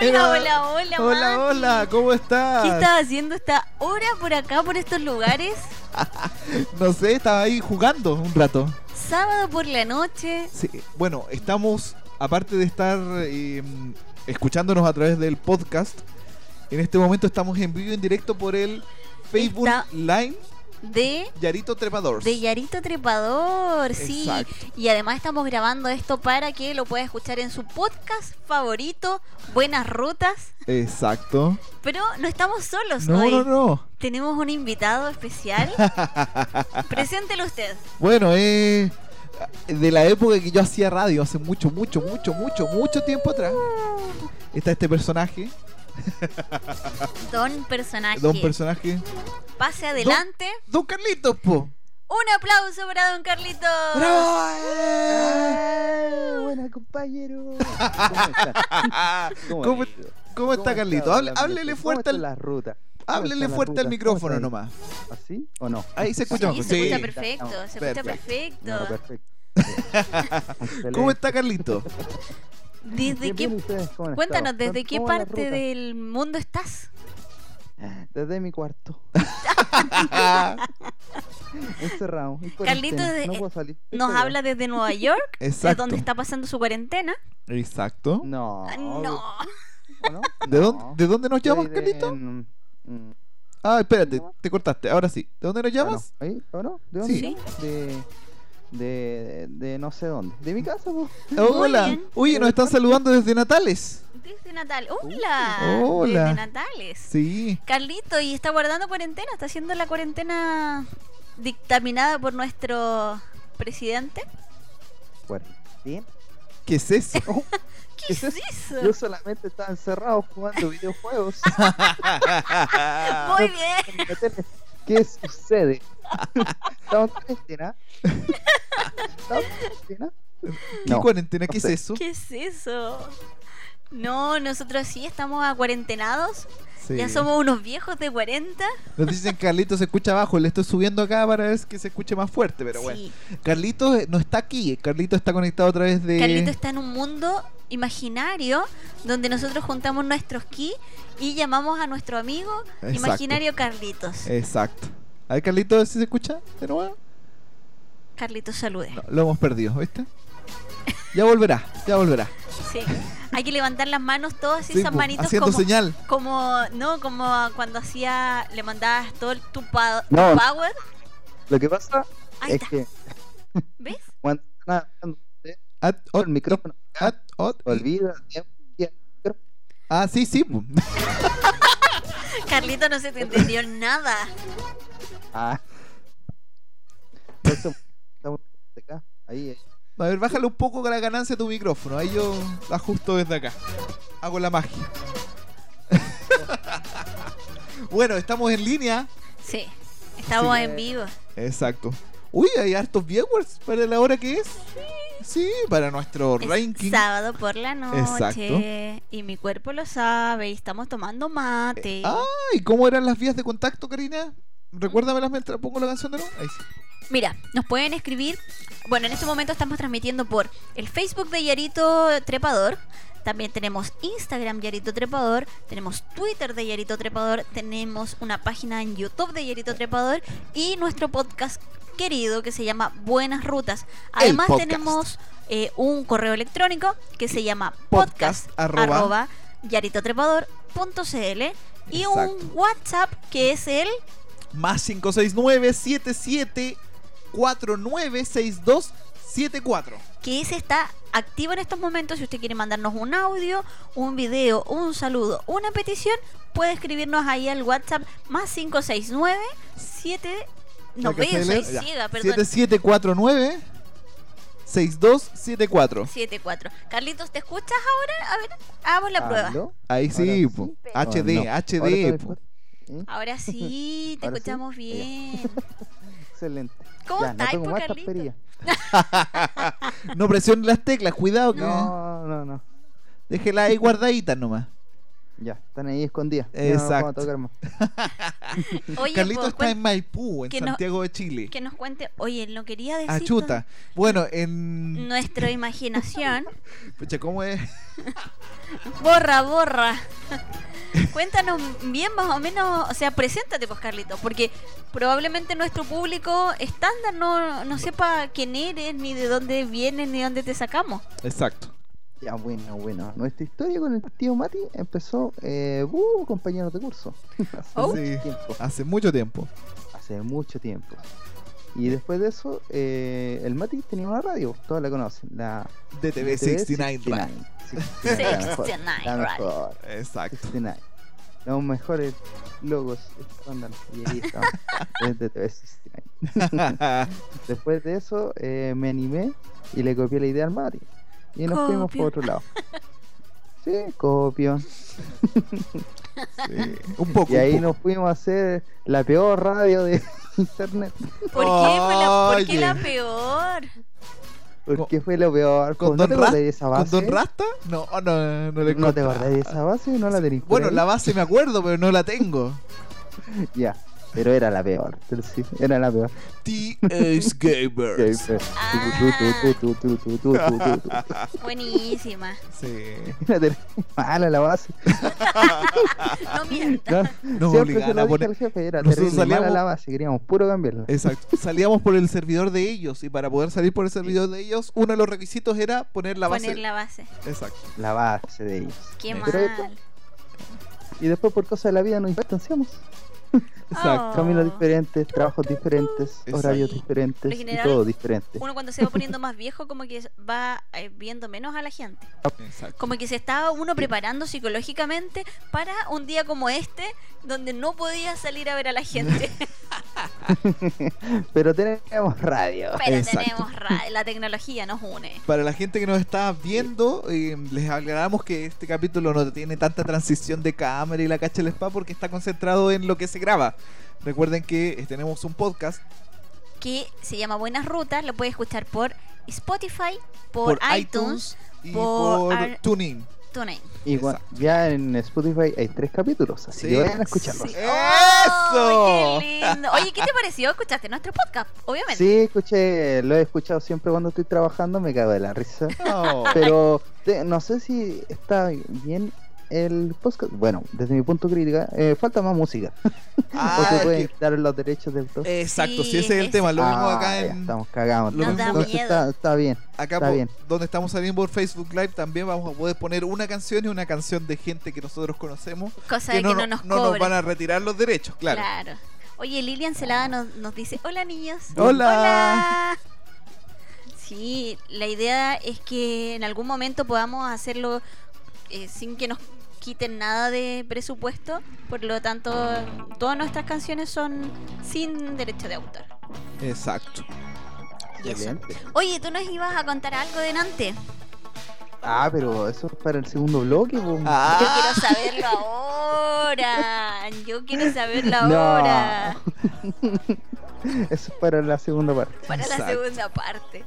hola, hola, hola, Hola, Mati. hola, ¿cómo estás? ¿Qué estás haciendo esta hora por acá, por estos lugares? No sé, estaba ahí jugando un rato. Sábado por la noche. Sí, Bueno, estamos, aparte de estar eh, escuchándonos a través del podcast, en este momento estamos en vivo y en directo por el Facebook Está- Live De, Yarito Trepador. de Yarito Trepador, sí. Exacto. Y además estamos grabando esto para que lo pueda escuchar en su podcast favorito, Buenas Rutas. Exacto. Pero no estamos solos No, hoy. no, no. Tenemos un invitado especial. Preséntelo usted. Bueno, eh, de la época que yo hacía radio, hace mucho, mucho, mucho, mucho, mucho tiempo atrás, Ah. está este personaje, Don personaje. don personaje, Pase adelante. don Carlitos, po. Un aplauso para Don Carlito. ¡Eh! Ah, Buenas compañero. ¿Cómo está? ¿Cómo, cómo está Carlito? Hable- háblele fuerte al, las rutas. háblele fuerte al micrófono nomás. ¿Así o no? Ahí se escucha. Sí, Pues Sí. se escucha perfecto, se escucha No, perfecto. perfecto. ¿Cómo está Carlito? ¿Desde qué, cuéntanos, ¿desde qué parte del mundo estás? Desde mi cuarto. Encerrado. en Carlito, cuarentena, de- no puedo salir. Nos Encerrado. habla desde Nueva York, que es Exacto. donde está pasando su cuarentena. Exacto. No. Ah, No, ¿o no? ¿De, No, dónde, ¿De dónde nos soy llamas, de- Carlito? en- mm, Ah, espérate, te cortaste. Ahora sí. ¿De dónde nos Ah, llamas? no. ¿Ahí? ¿O no? ¿De Sí. dónde? llamo? De, de, de no sé dónde. De mi casa, po. Muy Hola. bien. Oye, nos están saludando desde Natales. desde Natal. Hola, Hola. desde Natales. Sí. Carlito, y está guardando cuarentena, está haciendo la cuarentena dictaminada por nuestro presidente. Cuarentena. ¿Qué es eso? ¿Qué es Yo eso? solamente estaba encerrado jugando videojuegos. Muy bien. en mi tele. ¿Qué sucede? Estamos en cuarentena. Estamos en cuarentena. ¿Qué No, cuarentena? ¿Qué no es sé. eso? ¿Qué es eso? No, nosotros sí estamos acuarentenados. Sí. Ya somos unos viejos de 40. Nos dicen Carlitos se escucha abajo, le estoy subiendo acá para ver que se escuche más fuerte, pero bueno. sí. Carlitos eh, no está aquí, Carlitos está conectado a través de... Carlito está en un mundo imaginario donde nosotros juntamos nuestros ki y llamamos a nuestro amigo Exacto. Eh, imaginario Carlitos. Exacto. A ver, Carlitos, si se escucha de nuevo. Carlitos, salude. No, lo hemos perdido, ¿viste? Ya volverá, ya volverá. Sí. Hay que levantar las manos todas Sí, esas po, manitos haciendo como, señal. como no como cuando hacía le mandabas todo el tu, pa- tu No. power. Lo que pasa Ahí es está. que ¿Ves? cuando están hablando At, con ot, el micrófono, at, ot, Oh, y- olvida. ya, Ah, sí, sí. po. Carlito no se te entendió nada. Ah. Eso, estamos acá. Ahí, ahí. A ver, bájale un poco la ganancia a tu micrófono. Ahí yo la ajusto desde acá. Hago la magia. bueno, estamos en línea. Sí. Estamos Sí. en vivo. Exacto. Uy, hay hartos viewers para la hora que es. Sí, para nuestro Es ranking. Ah, sábado por la noche Exacto. Eh, y mi cuerpo lo sabe y estamos tomando mate. ah, Ay, ¿cómo eran las vías de contacto, Karina? Recuérdamelas mientras pongo la canción de nuevo. Ahí sí. Mira, nos pueden escribir. Bueno, en este momento estamos transmitiendo por el Facebook de Yarito Trepador. También tenemos Instagram Yarito Trepador, tenemos Twitter de Yarito Trepador, tenemos una página en YouTube de Yarito Trepador y nuestro podcast querido que se llama Buenas Rutas. Además podcast. tenemos eh, un correo electrónico que se llama Podcast podcast, arroba- arroba yaritotrepador.cl y Exacto. un WhatsApp que es el Más 569 77 496274. que ese está activo en estos momentos. Si usted quiere mandarnos un audio, un video, un saludo, una petición, puede escribirnos ahí al WhatsApp más 569 7 no veo, soy ciega, perdón. 7749 6274. 74. Carlitos, ¿te escuchas ahora? A ver, hagamos la prueba. ¿Aló? Ahí sí, Ahora po. sí, pero- HD, no. HD. Ahora estoy po. fuerte. ¿Eh? Ahora sí, te Ahora sí, escuchamos ya. bien. Excelente. ¿Cómo Ya, estás, no tengo po, más Carlitos? taspería. No presione las teclas, cuidado que No, no, no. déjela ahí guardadita nomás. Ya, están ahí escondidas. Ya No, las vamos a Exacto. tocar más. Oye, Carlito po, está cuen- en Maipú, en que no- Santiago de Chile. que nos cuente. Oye, lo quería decir. Ah, chuta. Bueno, en. Mm. Nuestra imaginación. Pucha, ¿cómo es? Borra, borra. Cuéntanos bien más o menos, o sea, preséntate pues Carlitos, porque probablemente nuestro público estándar no, no sepa quién eres, ni de dónde vienes, ni de dónde te sacamos. Exacto. Ya, bueno, bueno. Nuestra historia con el tío Mati empezó, eh, uh, compañeros de curso. Hace Oh. mucho Sí. tiempo. Hace mucho tiempo. Hace mucho tiempo. Y después de eso, eh, el Mati tenía una radio, todos la conocen, la De TV 69 Live. 69, 69, la 69 Radio. mejor, la mejor, Exacto. 69. Los mejores logos estándar y ahí estamos, desde TV 69. Después de eso eh, me animé y le copié la idea al Mati. Y nos fuimos Copio. por otro lado. Sí, copio. Sí. Un poco. Y ahí un poco. nos fuimos a hacer la peor radio de internet. ¿Por qué? Fue la- ¿Por qué Oye. la peor? Porque fue lo peor. ¿Con Pues, ¿No Don te Ras- acordás de esa ¿Con base? Don Rasta? No, oh, no, no le ¿No te encontré. acordás de esa base? ¿No la tenéis por Bueno, ahí? la base me acuerdo, pero no la tengo. Ya, pero era la peor. pero sí, era la peor. TS Gamers. Ah. Tu, tu, tu, tu, tu, tu, tu, tu, tu. Buenísima. Sí. Era ter- mala la base. No mientas. No, Nos siempre se obligaban lo a dije poner. al jefe, era Nosotros terrible, mala salíamos- Eh. la base, queríamos puro cambiarla. Exacto. Salíamos por el servidor de ellos y para poder salir por el servidor de ellos, uno de los requisitos era poner la base. Poner la base. Exacto. La base de ellos. Qué Pero mal. Y después por cosas de la vida nos distanciamos. Exacto. Oh. Caminos diferentes, trabajos diferentes, Exacto. horarios Sí. diferentes Lo y general- todo diferente. Uno cuando se va poniendo más viejo como que va eh, viendo menos a la gente. Exacto. Como que se estaba uno preparando psicológicamente para un día como este, donde no podía salir a ver a la gente. Pero tenemos radio. Pero Exacto. tenemos ra- la tecnología nos une. Para la gente que nos está viendo, eh, les aclaramos que este capítulo no tiene tanta transición de cámara y la cacha el spa porque está concentrado en lo que se graba. Recuerden que eh, tenemos un podcast Que se llama Buenas Rutas, lo puedes escuchar por Spotify, por, por, iTunes, iTunes, y por por, ar- TuneIn. TuneIn. Y bueno, ya en Spotify hay tres capítulos, así Sí. que vayan a escucharlos. Sí. Sí, ¡Oh, ¡Eso! qué lindo! Oye, ¿qué te pareció? ¿Escuchaste nuestro podcast? Obviamente. escuché, lo he escuchado siempre cuando estoy trabajando, me cago de la risa. Oh, Pero te- no sé si está bien el podcast. Bueno, desde mi punto crítica, eh, falta más música. Ah, o es se pueden que- quitar los derechos del autor. Exacto, Sí, si ese es el es- tema. Lo mismo Ah, acá ya en, estamos cagados. lo Nos da Entonces miedo. está, está bien. acá Está po- bien. donde estamos saliendo por Facebook Live también vamos a poder poner una canción y una canción de gente que nosotros conocemos Cosa de que no, nos cobran. van a retirar los derechos, claro. Ah. Claro. Oye, Lilian Celada nos, nos dice, hola niños. Hola. Hola. Sí, la idea es que en algún momento podamos hacerlo eh, sin que nos quiten nada de presupuesto. Por lo tanto, todas nuestras canciones son sin derecho de autor. Exacto. Y eso. Excelente. Oye, tú nos ibas a contar algo de Nantes. Ah, pero eso es para el segundo bloque. po. Ah. Yo quiero saberlo ahora. Yo quiero saberlo No. ahora. Eso es para la segunda parte. Para la Exacto. segunda parte.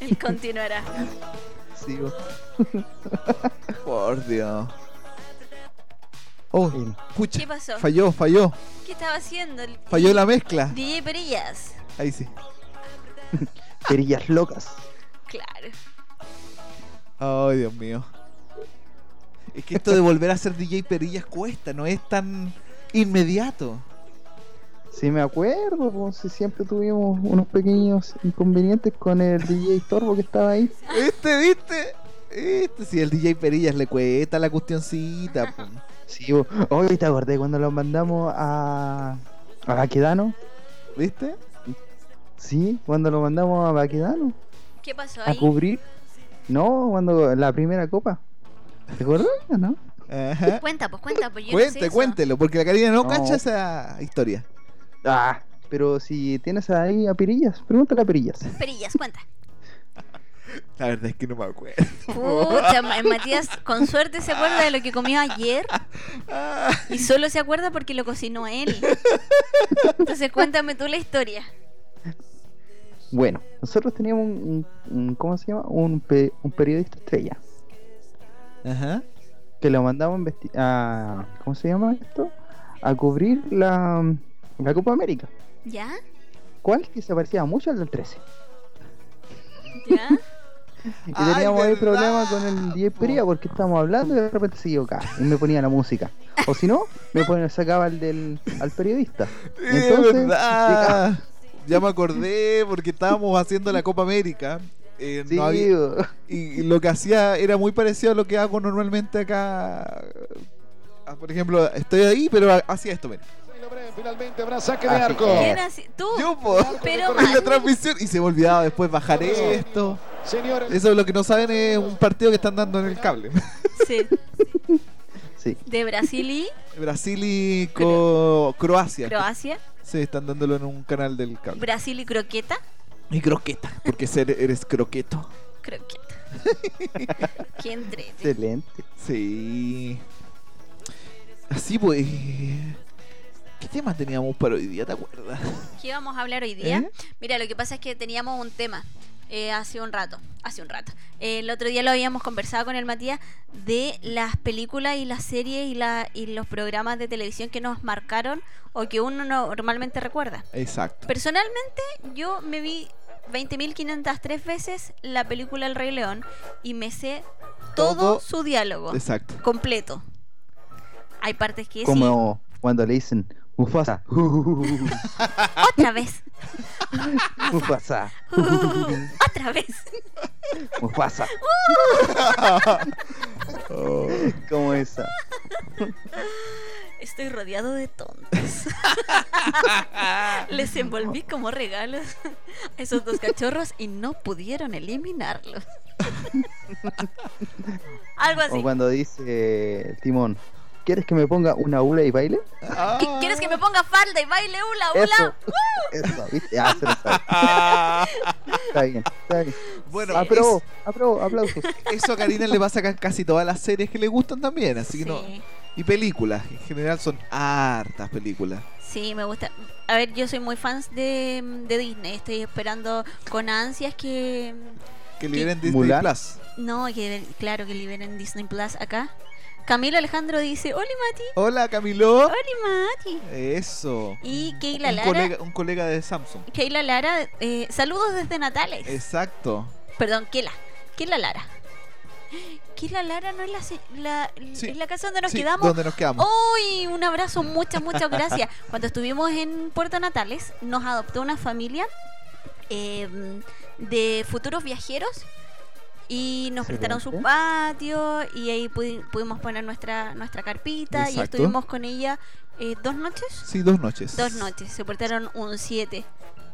Él continuará. Sí, po. Por Dios. Oh, Sí. escucha. ¿Qué pasó? Falló, falló. ¿Qué estaba haciendo? el- Falló la mezcla. DJ Perillas. Ahí sí. Perillas locas. Claro. Ay, Dios mío. Es que esto de volver a ser DJ Perillas cuesta, no es tan inmediato. Sí, me acuerdo, pues, si siempre tuvimos unos pequeños inconvenientes con el DJ Torbo que estaba ahí. ¿Viste, viste? ¿Viste? Si el DJ Perillas le cuesta la cuestioncita. po. Sí, po. hoy te acordé cuando lo mandamos a. a Baquedano. ¿Viste? Sí, cuando lo mandamos a Baquedano ¿Qué pasó a ahí? cubrir. No, cuando la primera copa. ¿Te acuerdas o no? Ajá. Cuenta, pues cuenta, pues yo no sé ¿Eh? Cuente, eso. cuéntelo, porque la Karina no, No. cacha esa historia. Ah, pero si tienes ahí a Perillas, pregúntale a Perillas. Perillas, cuenta. La verdad es que no me acuerdo. Pucha, Ma- Matías, con suerte se acuerda de lo que comió ayer Ah. y solo se acuerda porque lo cocinó él. Entonces cuéntame tú la historia. Bueno, nosotros teníamos un, un- un- ¿cómo se llama? Un, pe- un periodista estrella Ajá. que lo mandamos a investi- a. ¿Cómo se llama esto? A cubrir la, la Copa América. ¿Ya? ¿Cuál? Que se parecía mucho al del 13. ¿Ya? Y ¡Ay, teníamos ahí verdad, problemas con el DJ po! Perea porque estábamos hablando y de repente se equivocaba y me ponía la música. O si no, me ponía, sacaba al del al periodista. Entonces, ah. es verdad. Ya me acordé porque estábamos haciendo la Copa América. eh, Sí, no había- bo. y, y lo que hacía era muy parecido a lo que hago normalmente acá. Ah, Por ejemplo, estoy ahí, pero ha- hacía esto, mira. Finalmente habrá saque de Así arco. es. ¿Quién así? ¿Tú? Oh. Oh. Yo, po, Pero en la mal. transmisión. Y se me olvidaba después bajar Oh. esto. Señores, Eso es lo que no saben es un partido que están dando en el cable. Sí. Sí. De Brasil y Brasil y co- Croacia. Croacia. Sí, están dándolo en un canal del cable. Brasil y Croqueta. Y croqueta, porque ser, eres croqueto. Croqueta. Qué entrete. excelente. Sí. Así pues. ¿Qué tema teníamos para hoy día? ¿Te acuerdas? ¿Qué vamos a hablar hoy día? ¿Eh? Mira, lo que pasa es que teníamos un tema eh, hace un rato, hace un rato. Eh, el otro día lo habíamos conversado con el Matías de las películas y las series y, la, y los programas de televisión que nos marcaron o que uno no- normalmente recuerda. Exacto. Personalmente, yo me vi 20.503 veces la película El Rey León y me sé todo, Todo. su diálogo Exacto. completo. Hay partes que sí, Como cuando le dicen Mufasa. otra vez, Mufasa. otra vez. Mufasa. Oh. Como esa. Estoy rodeado de tontos. Les envolví como regalos a esos dos cachorros y no pudieron eliminarlos. Algo O así. cuando dice Timón, ¿quieres que me ponga una hula y baile? ¿Qui- ¿Quieres que me ponga falda y baile hula Eso. hula? Eso, ¿viste? Ah, se lo sabe. Ah. Está bien, está bien. Ah, Bueno, Aprobó, aprobó, aplausos. es- eso a Karina le pasa acá en casi todas las series que le gustan también, así que no. Sí, Y películas, en general son hartas películas. sí, me gusta. A ver, yo soy muy fan de, de Disney. Estoy esperando con ansias que. Que liberen Disney Mulan. Plus. No, que claro que liberen Disney Plus acá. Camilo Alejandro dice: ¡Oli Mati! Hola Camilo. ¡Oli Mati! Eso. Y Keila Un Lara. colega, un colega de Samsung. Keila Lara, eh, saludos desde Natales. Exacto. Perdón, Keila. Keila Lara. Keila Lara no es la, se- la, Sí. es la casa donde nos Sí, quedamos. Oh. ¿Dónde nos quedamos? ¡Uy! Un abrazo, muchas, muchas gracias. Cuando estuvimos en Puerto Natales, nos adoptó una familia eh, de futuros viajeros y nos prestaron su Excelente. patio y ahí pudi- pudimos poner nuestra, nuestra carpita y Exacto. estuvimos con ella eh, dos noches. Sí, dos noches. Dos noches, se portaron un 7.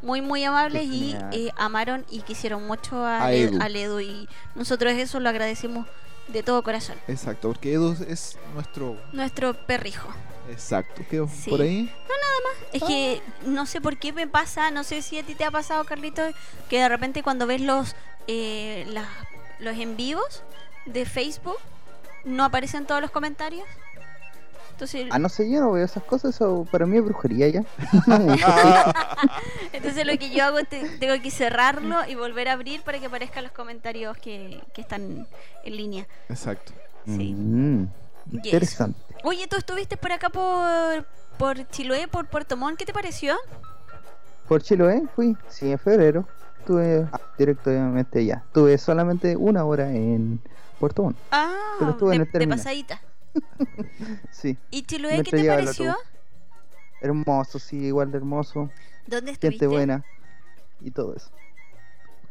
Muy, muy amables Qué y genial. eh, amaron y quisieron mucho a, A Ed- Edu. al Edu. Y nosotros eso lo agradecemos de todo corazón. Exacto, porque Edu es nuestro. Nuestro perrijo. Exacto. ¿Quedó Sí. por ahí? Es que no sé por qué me pasa, no sé si a ti te ha pasado, Carlitos, que de repente cuando ves los, eh, las- los en vivos de Facebook, no aparecen todos los comentarios. Entonces, Ah, no sé, yo no veo esas cosas, eso para mí es brujería ya. Ah, Entonces lo que yo hago te- tengo que cerrarlo y volver a abrir para que aparezcan los comentarios que, que están en línea. Exacto. Sí. Mm, Yes. interesante. Oye, tú estuviste por acá por, por Chiloé, por Puerto Montt, ¿qué te pareció? Por Chiloé fui, sí, en febrero. Estuve ah, directamente allá. Estuve solamente una hora en Puerto Montt. Ah, Pero estuve en de, de el terminal. pasadita. Sí, ¿Y Chiloé Me qué te traía el pareció? hermoso, sí, igual de hermoso. ¿Dónde Gente estuviste? buena y todo eso.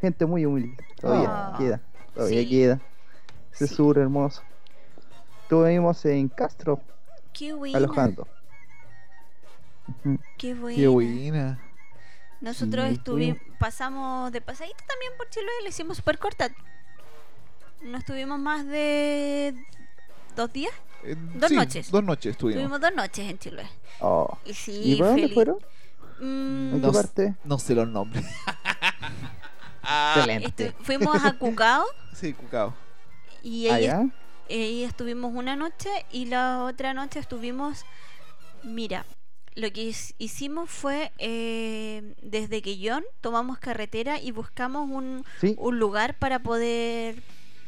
Gente muy humilde. Todavía Ah. queda, todavía Sí. queda. Sí, Ese sur hermoso. Estuvimos en Castro Qué buena, alojando. Ujú. qué Qué buena. buena. Nosotros Sí, estuvimos, estuvimos. pasamos de pasadita también por Chiloé, lo hicimos súper corta. No estuvimos más de dos días, Eh, Dos noches. Dos noches estuvimos. estuvimos dos noches en Chiloé. Oh. Y sí, ¿Y para dónde feliz. fueron? Mm, ¿En No qué sé. parte? No sé los nombres. estu- fuimos a Cucao Sí, Cucao. y ahí, Allá. est- ahí estuvimos una noche y la otra noche estuvimos, mira, lo que his- hicimos fue eh, desde Quillón tomamos carretera y buscamos un, Sí. un lugar para poder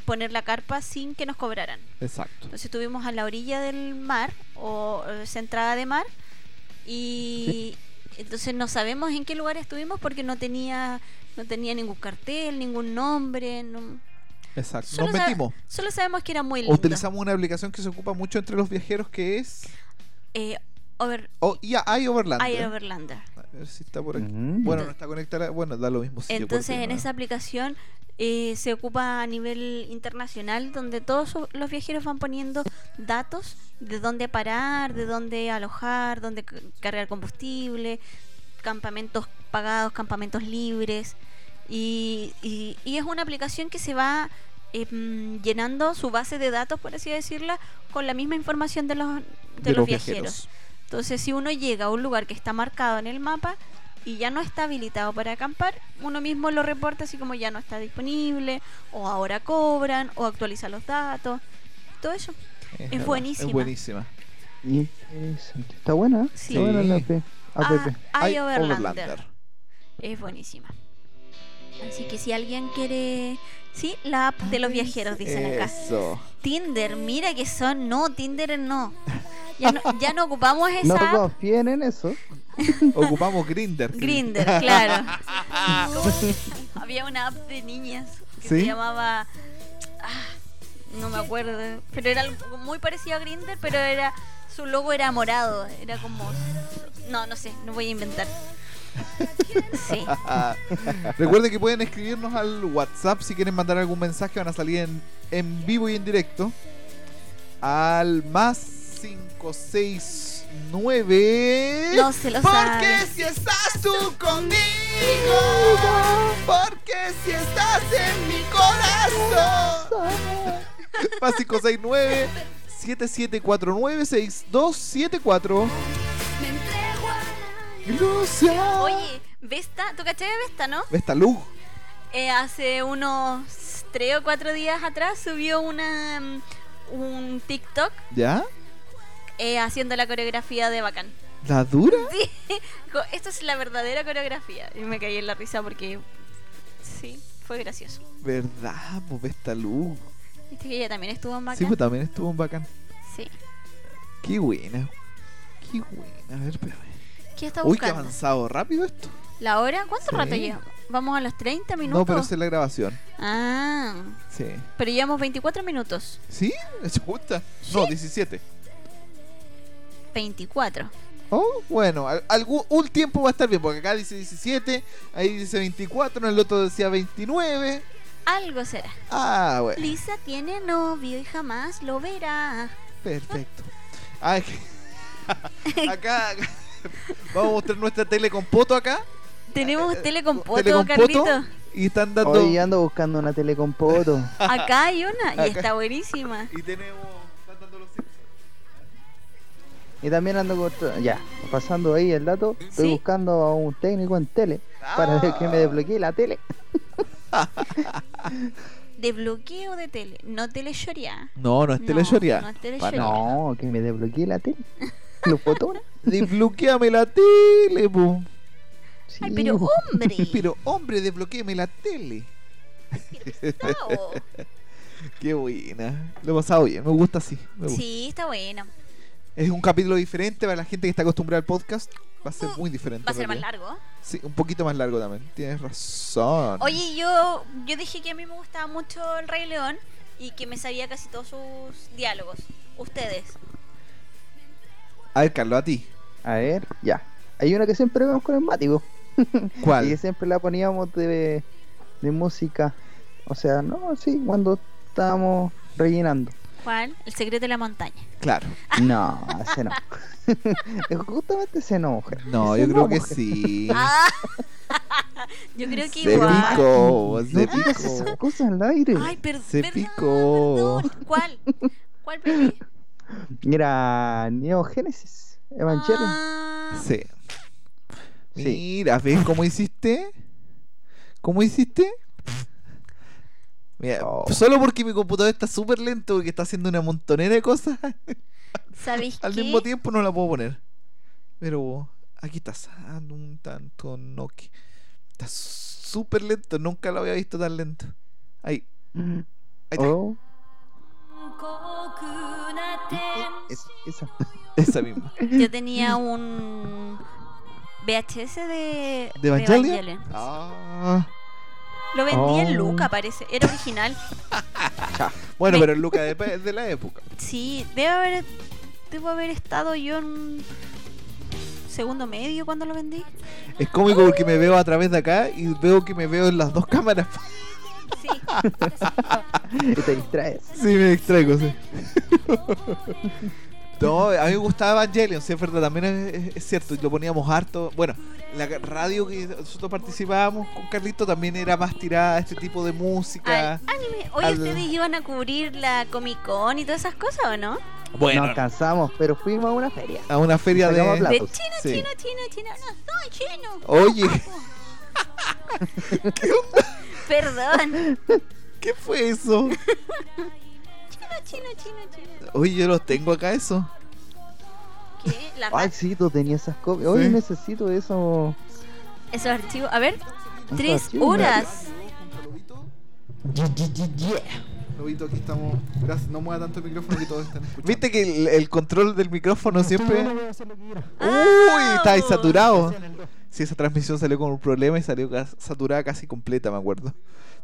poner la carpa sin que nos cobraran. Exacto. Entonces estuvimos a la orilla del mar o eh, centrada de mar y entonces no sabemos en qué lugar estuvimos porque no tenía no tenía ningún cartel, ningún nombre, no- Exacto. Solo Nos sabe- metimos. solo sabemos que era muy lindo. Utilizamos una aplicación que se ocupa mucho entre los viajeros que es. Eh, over, Oh, y hay Overlander. Air Overlander. A ver si está por aquí. Ujú. Bueno, no está conectada. Bueno, da lo mismo. si yo Entonces corto, en ¿no? esa aplicación eh, se ocupa a nivel internacional donde todos su- los viajeros van poniendo datos de dónde parar, de dónde alojar, dónde c- cargar combustible, campamentos pagados, campamentos libres. Y, y- y es una aplicación que se va eh, mm, llenando su base de datos, por así decirla, con la misma información de los, de los viajeros. Entonces, si uno llega a un lugar que está marcado en el mapa y ya no está habilitado para acampar, uno mismo lo reporta así como ya no está disponible, o ahora cobran, o actualiza los datos, todo eso. Es, Es buenísima. Es buenísima. Interesante. Está buena. ¿eh? Sí. Está buena la app. Ah, app. hay Hay Overlander. Es buenísima. Así que si alguien quiere... Sí, la app de los viajeros, dicen acá. Eso. Tinder, mira que son... No, Tinder no. Ya no, ya no ocupamos No esa app. confíen en eso. Ocupamos Grinder. Grinder, claro. Había una app de niñas que se ¿Sí? llamaba. ah, no me acuerdo. Pero era algo muy parecido a Grinder, pero era. Su logo era morado. Era como. No, no sé, no voy a inventar. Sí. Recuerden que pueden escribirnos al WhatsApp si quieren mandar algún mensaje. Van a salir en, en vivo y en directo. Al más 569. No se lo Porque sabes. si estás tú conmigo. Porque si estás en mi corazón. Más 569. 7749-6274 Gracias Oye, Vesta, ¿tú caché de Vesta, no? Esta luz Eh, hace unos tres o cuatro días atrás subió una mm, un TikTok ¿Ya? eh, haciendo la coreografía de Bacán. ¿La dura? Co- Esto es la verdadera coreografía. Y me caí en la risa porque. Sí, fue gracioso. ¿Verdad? Pues esta luz Viste que ella también estuvo en Bacán. Sí, pues también estuvo en bacán. Sí. Qué buena. Qué buena. A ver, espérame. ¿Qué está Uy, qué buscando? avanzado. Rápido esto. ¿La hora? ¿Cuánto Sí. rato llevamos? ¿Vamos a los 30 minutos? No, pero esa es la grabación. Ah, Sí. pero llevamos 24 minutos. ¿Sí? ¿Es justa? No, 17. 24. Oh, bueno, al- algún, un tiempo va a estar bien, porque acá dice 17, ahí dice 24, en el otro decía 29. Algo será. Ah, bueno, Lisa tiene novio y jamás lo verá. perfecto. Ah, es que- acá, acá- vamos a mostrar nuestra tele con poto acá. Ah, Tenemos eh, tele con poto, Tele con Carlito. poto, y están dando... Hoy ando buscando una tele con poto. Acá hay una y Acá. está buenísima. Y tenemos... están dando los Simpsons. Y también ando con... Ya, pasando ahí el dato, estoy ¿Sí? buscando a un técnico en tele para Ah. que me desbloquee la tele. De bloqueo de tele. No tele shoreada. No, no es No, tele no es tele Para- shoreada. No, que me desbloquee la tele. Los botones. Desbloqueame la tele, po. Sí, Ay, pero oh. bo. hombre. Pero, hombre, desbloqueame la tele. Gustavo. Qué buena. Lo he pasado bien, me gusta así. me gusta. Sí, está buena. Es un capítulo diferente para la gente que está acostumbrada al podcast. Va a ser muy diferente. Va a ser en más realidad. largo. Sí, un poquito más largo también. Tienes razón. Oye, yo, yo dije que a mí me gustaba mucho el Rey León y que me sabía casi todos sus diálogos. Ustedes. A ver, Carlos, a ti. A ver, ya. Hay una que siempre vemos con el mático. Y que ¿Cuál? siempre la poníamos de, de música. O sea, no, sí, cuando estábamos rellenando. ¿Cuál? El secreto de la montaña. Claro. No, ese no. Justamente ese no, mujer. No, Ese yo creo que mujer. sí. Ah, yo creo que Se igual. picó, No se digas esas picó. cosas al aire. Ay, per- Se perdón, picó. perdón. ¿Cuál? ¿Cuál peli? Mira, Neo Genesis, Evangelion. Ah, Sí. Sí. Mira, ¿ves cómo hiciste? ¿Cómo hiciste? Mira, Oh. solo porque mi computador está súper lento porque está haciendo una montonera de cosas, ¿Sabéis al qué? mismo tiempo no la puedo poner. Pero aquí está sando un tanto noque. Está súper lento, nunca lo había visto tan lento. Ahí, Ahí está. Oh, es- esa. Esa misma. Yo tenía un VHS de, ¿De Evangelion? Ah. Lo vendí en Oh. Luca, parece. Era original. Bueno, Me- pero el Luca de, pe- de la época. Sí, debe haber, debo haber estado yo en segundo medio cuando lo vendí. Es cómico porque me veo a través de acá y veo que me veo en las dos cámaras. Sí. Y te distraes. Sí, me distraigo, sí. No, a mí me gustaba Evangelion, sí, es verdad, también es, es- es cierto, lo poníamos harto. Bueno, la ca- radio que nosotros participábamos con Carlito también era más tirada a este tipo de música. Al anime. Oye, Al- ¿ustedes iban a cubrir la Comic Con y todas esas cosas o no? Nos alcanzamos, pero fuimos a una feria. A una feria Sacamos de... plata. De pues, chino, sí. chino, chino, chino. No soy chino. Oye, Perdón. ¿qué fue eso? Chino, chino, chino, chino. Oye, yo los tengo acá eso. ¿Qué? La Ay, ra- sí, tú tenías esas copias. Hoy Sí. necesito eso. Esos archivos. A ver, esos tres archivos. horas. Lobito, aquí estamos. Gracias, no mueva tanto el micrófono que todos están escuchando. Viste que el, el control del micrófono siempre... Uy, Ah. está ahí saturado. Sí, esa transmisión salió con un problema y salió ca- saturada casi completa, me acuerdo.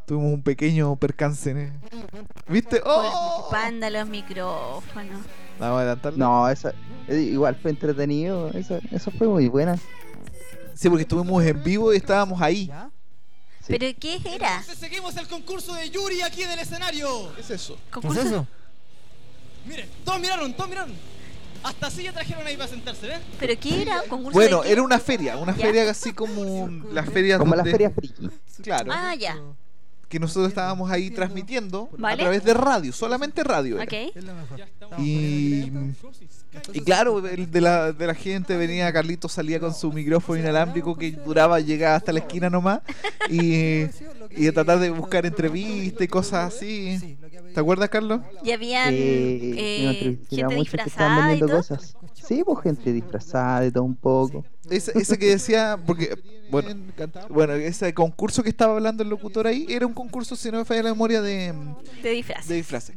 Tuvimos un pequeño percance. ¿eh? Pues, ¿Viste? ¡Oh! Panda los micrófonos. Vamos a adelantarlo. No, esa. eh, Igual fue entretenido. Eso, eso fue muy buena. Sí, porque estuvimos en vivo y estábamos ahí. Sí. ¿Pero qué era? Entonces seguimos el concurso de Yuri aquí en el escenario. ¿Qué es eso? ¿Concurso? Miren, todos miraron, todos miraron. Hasta silla trajeron ahí para sentarse, ¿ven? ¿Pero qué era? ¿Concurso Bueno, de qué? era una feria, una Ya. feria así como las ferias Como las donde- ferias friki. Claro, Ah, ya. que nosotros estábamos ahí transmitiendo a Vale. través de radio, solamente Ah, radio. era. Ok. Y, mm, y claro, el de la, de la gente venía Carlito, salía con su micrófono inalámbrico que duraba, llegaba hasta la esquina nomás y, y a tratar de buscar entrevistas y cosas así. ¿Te acuerdas, Carlos? Y habían Eh, eh, me entrevistaron gente muchos que estaban disfrazada y vendiendo todo. cosas. Sí, pues gente disfrazada de todo un poco. Ese, ese que decía, porque, bueno, bueno, ese concurso que estaba hablando el locutor ahí era un concurso, si no me falla la memoria, de, De disfraz. de disfraces.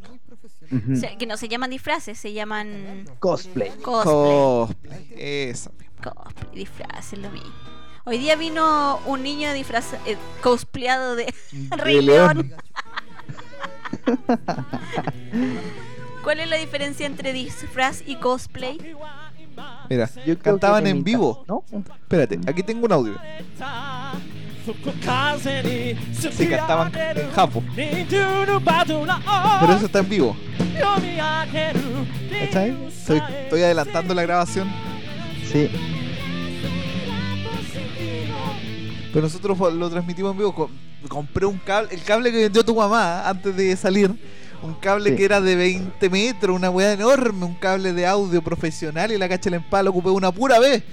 Ujú. O sea, que no se llaman disfraces, se llaman Cosplay. cosplay. Cosplay. Eso mismo. Cosplay, disfraces, lo mismo. Hoy día vino un niño disfraz eh, cosplayado de Rey De León. ¿Cuál es la diferencia entre disfraz y cosplay? Mira, Yo creo que cantaban le en imita, vivo. ¿no? Espérate, aquí tengo un audio. Se cantaban en Japón, pero eso está en vivo. ¿Cachai? Estoy, estoy adelantando la grabación. Sí. Pero nosotros lo transmitimos en vivo. Com- compré un cable, el cable que vendió tu mamá antes de salir. Un cable Sí. que era de 20 metros, una weá enorme, un cable de audio profesional y la cacha en palo ocupé una pura vez.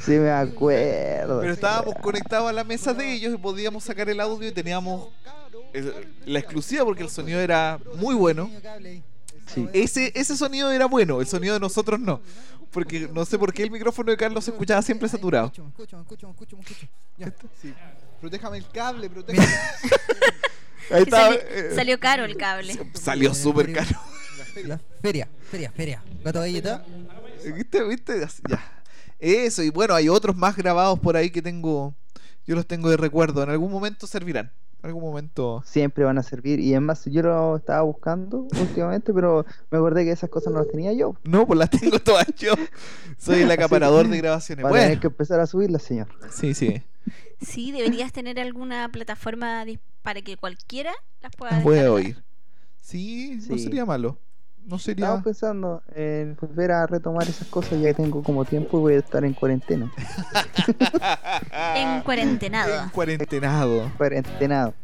Sí, me acuerdo. Pero sí, estábamos weón. conectados a la mesa de ellos y podíamos sacar el audio y teníamos eh, la exclusiva porque el sonido era muy bueno. Sí. Ese, ese sonido era bueno, el sonido de nosotros no. Porque no sé por qué el micrófono de Carlos se escuchaba siempre saturado. Este, Protéjame el cable, protéjame. Que Ahí estaba, sali- eh, salió caro el cable. Salió súper caro. Feria, feria, feria. Gato galleta. ¿Viste? ¿Viste? Así, Ya. Eso, y bueno, hay otros más grabados por ahí que tengo. Yo los tengo de recuerdo. En algún momento servirán. En algún momento. Siempre van a servir. Y es más, yo lo estaba buscando últimamente, pero me acordé que esas cosas no las tenía yo. No, pues las tengo todas yo. Soy el acaparador de grabaciones. Para tener Bueno, que empezar a subirlas, señor. sí, sí. Sí, deberías tener alguna plataforma dis- para que cualquiera las pueda Las voy a descargar. oír. Sí, no Sí. pues, sería malo. No sería. Estaba pensando en volver a retomar esas cosas ya que tengo como tiempo y voy a estar en cuarentena. En cuarentenado. En cuarentenado. Cuarentenado.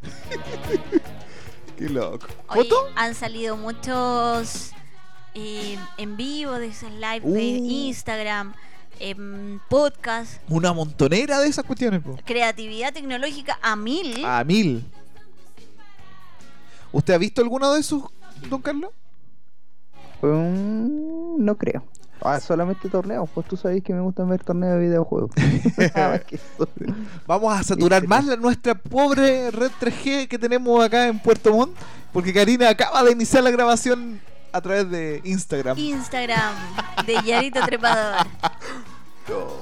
Qué loco. Hoy ¿Foto? han salido muchos eh, en vivo de esas live de Uh. Instagram, em, podcast, Una montonera de esas cuestiones, po. creatividad tecnológica a mil. A mil. ¿Usted ha visto alguno de esos, don Carlos? Mm, no creo. Ah, solamente torneos, pues tú sabés que me gustan ver torneos de videojuegos. Nada más que eso. Vamos a saturar más la- nuestra pobre red 3G que tenemos acá en Puerto Montt, porque Karina acaba de iniciar la grabación a través de Instagram. Instagram de Yarito Trepador.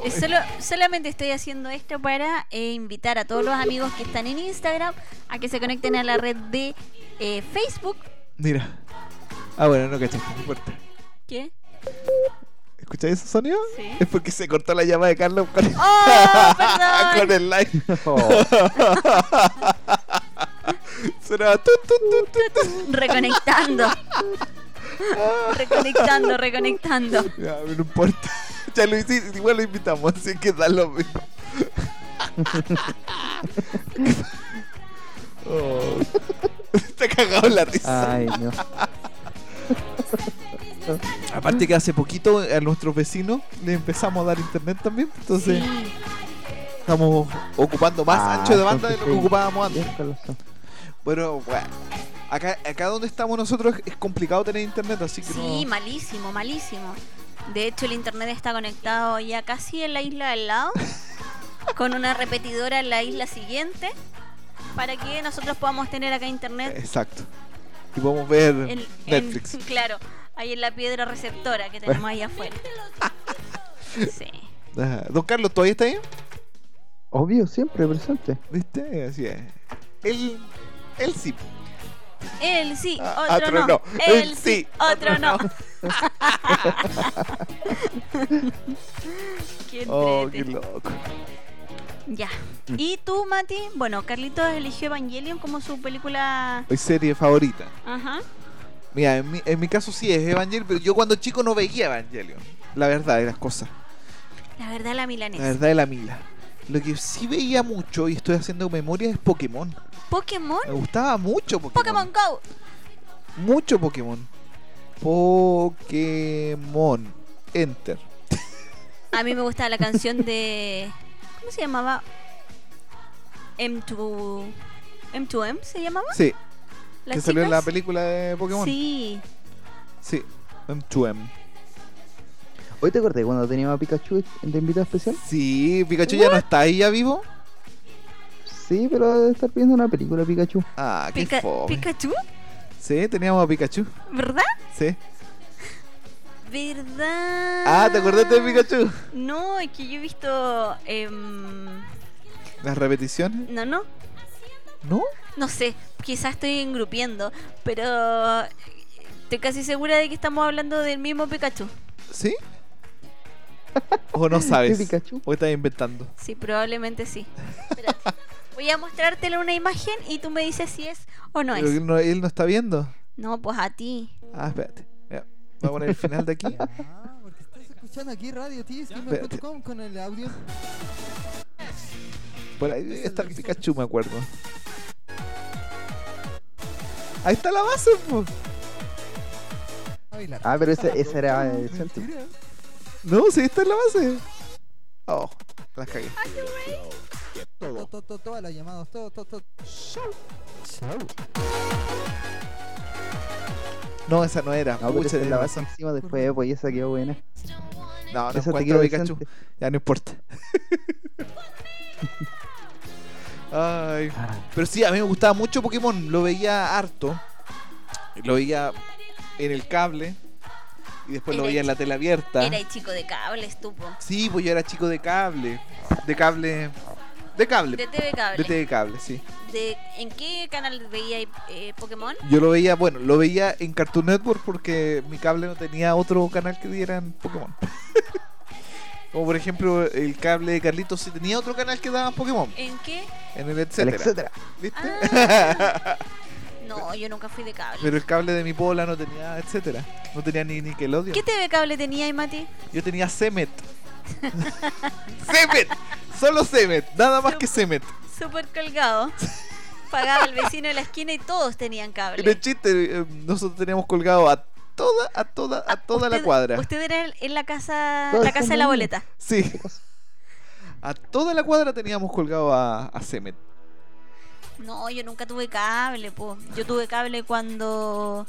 Eh, Solo, solamente estoy haciendo esto para eh, invitar a todos los amigos que están en Instagram a que se conecten a la red de eh, Facebook. Mira. Ah, bueno, no cachaste, no importa. ¿Qué? ¿Escucháis ese sonido? Sí. Es porque se cortó la llamada de Carlos con, ¡Oh, perdón! con el live. Oh, Sonaba tu, tu, tu, tu, tu. Reconectando. reconectando, reconectando. Ya, no importa. Ya lo hiciste, igual lo invitamos, así que da lo mismo. Oh. Está cagado en la risa. ay, no. Aparte que hace poquito eh, a nuestros vecinos le empezamos a dar internet también, entonces Sí. estamos ocupando más Ah, ancho de banda de lo que entonces sí. ocupábamos antes. Bien, Carlos. Bueno, bueno, acá, acá donde estamos nosotros es complicado tener internet, así que Sí, no... malísimo, malísimo. De hecho, el internet está conectado ya casi en la isla del lado, con una repetidora en la isla siguiente, para que nosotros podamos tener acá internet Exacto. Y podemos ver en, en- Eh, Netflix. claro, ahí en la piedra receptora que tenemos ahí afuera. Sí. Ajá. Don Carlos, ¿todavía está ahí? Obvio, siempre presente. ¿Viste? Así es. Él, él sí. Él sí, Ah, otro, otro no. no. Él sí, otro no. Qué Oh, qué entrete. loco. Mm. Ya. ¿Y tú, Mati? Bueno, Carlitos eligió Evangelion como su película. Mi serie favorita. Ajá. Mira, en mi, en mi caso sí es Evangelion, pero yo cuando chico no veía Evangelion. La verdad de las cosas. La verdad, la La milanesa. verdad de la mila. Lo que sí veía mucho y estoy haciendo memoria es Pokémon. Pokémon. Me gustaba mucho Pokémon Go. Mucho Pokémon. Pokémon. Enter. A mí me gusta la canción de. ¿Cómo se llamaba? M2. M2M se llamaba. Sí, ¿Las que salió en la chicas? película de Pokémon. Sí. Sí. M2M. Hoy te acordé cuando teníamos a Pikachu de invitado especial. Sí, Pikachu ya no está ahí ya vivo. Sí, pero debe estar viendo una película Pikachu. Ah, qué Pica- fome. Pikachu, Sí, teníamos a Pikachu. ¿verdad? Sí. ¿Verdad? Ah, ¿te acordaste de Pikachu? No, es que yo he visto. em, Las repeticiones. no, no. ¿No? No sé. Quizás estoy engrupiendo. Pero. Estoy casi segura de que estamos hablando del mismo Pikachu. ¿Sí? ¿O no ¿Qué sabes? Pikachu? ¿O estás inventando? Sí, probablemente sí. Espérate. Voy a mostrártele una imagen y tú me dices si es o no Pero es. él no, él no está viendo. No, pues a ti. Ah, espérate. Ya, Voy a poner el final de aquí. Ah, porque estás escuchando aquí Radio Espérate. TSTime.com con el audio. Por ahí debe estar Pikachu, me acuerdo. Ahí está la base, po. a bailar. Ah, pero ese, ese era decente. Mentira. No, sí, está en la base. Oh, la cagué. To- to- to- Todas las llamadas, todo, todo, todo. No, esa no era. No, pero Pucha, esa de la base encima después, pues y esa quedó buena. No, no esa te encuentro quedó a Pikachu. decente. Ya no importa. Ay. Pero sí, a mí me gustaba mucho Pokémon. Lo veía harto. Lo veía en el cable. Y después lo Era veía en la tele abierta. Era el chico de cable, estupo. Sí, pues yo era chico de cable. De cable. De cable. De TV De cable. TV cable, sí. De- ¿En qué canal veía eh, Pokémon? Yo lo veía, bueno, lo veía en Cartoon Network porque mi cable no tenía otro canal que dieran Pokémon. Como por ejemplo el cable de Carlitos sí tenía otro canal que daban Pokémon. ¿En qué? En el El etcétera. etcétera. ¿Viste? Ah. No, yo nunca fui de cable. Pero el cable de mi pola no tenía etcétera. No tenía ni Nickelodeon. ¿Qué TV cable tenía, Mati? Yo tenía Semet. Semet. Solo Semet. Nada más que Semet. Súper colgado. Pagaba al vecino de la esquina y todos tenían cable. En el chiste, eh, nosotros teníamos colgado a toda, a toda, a toda la Usted- cuadra. Usted era el- en la casa, Todos la casa de la tenían. boleta. Sí. A toda la cuadra teníamos colgado a, a Semet. No, yo nunca tuve cable, po. Yo tuve cable cuando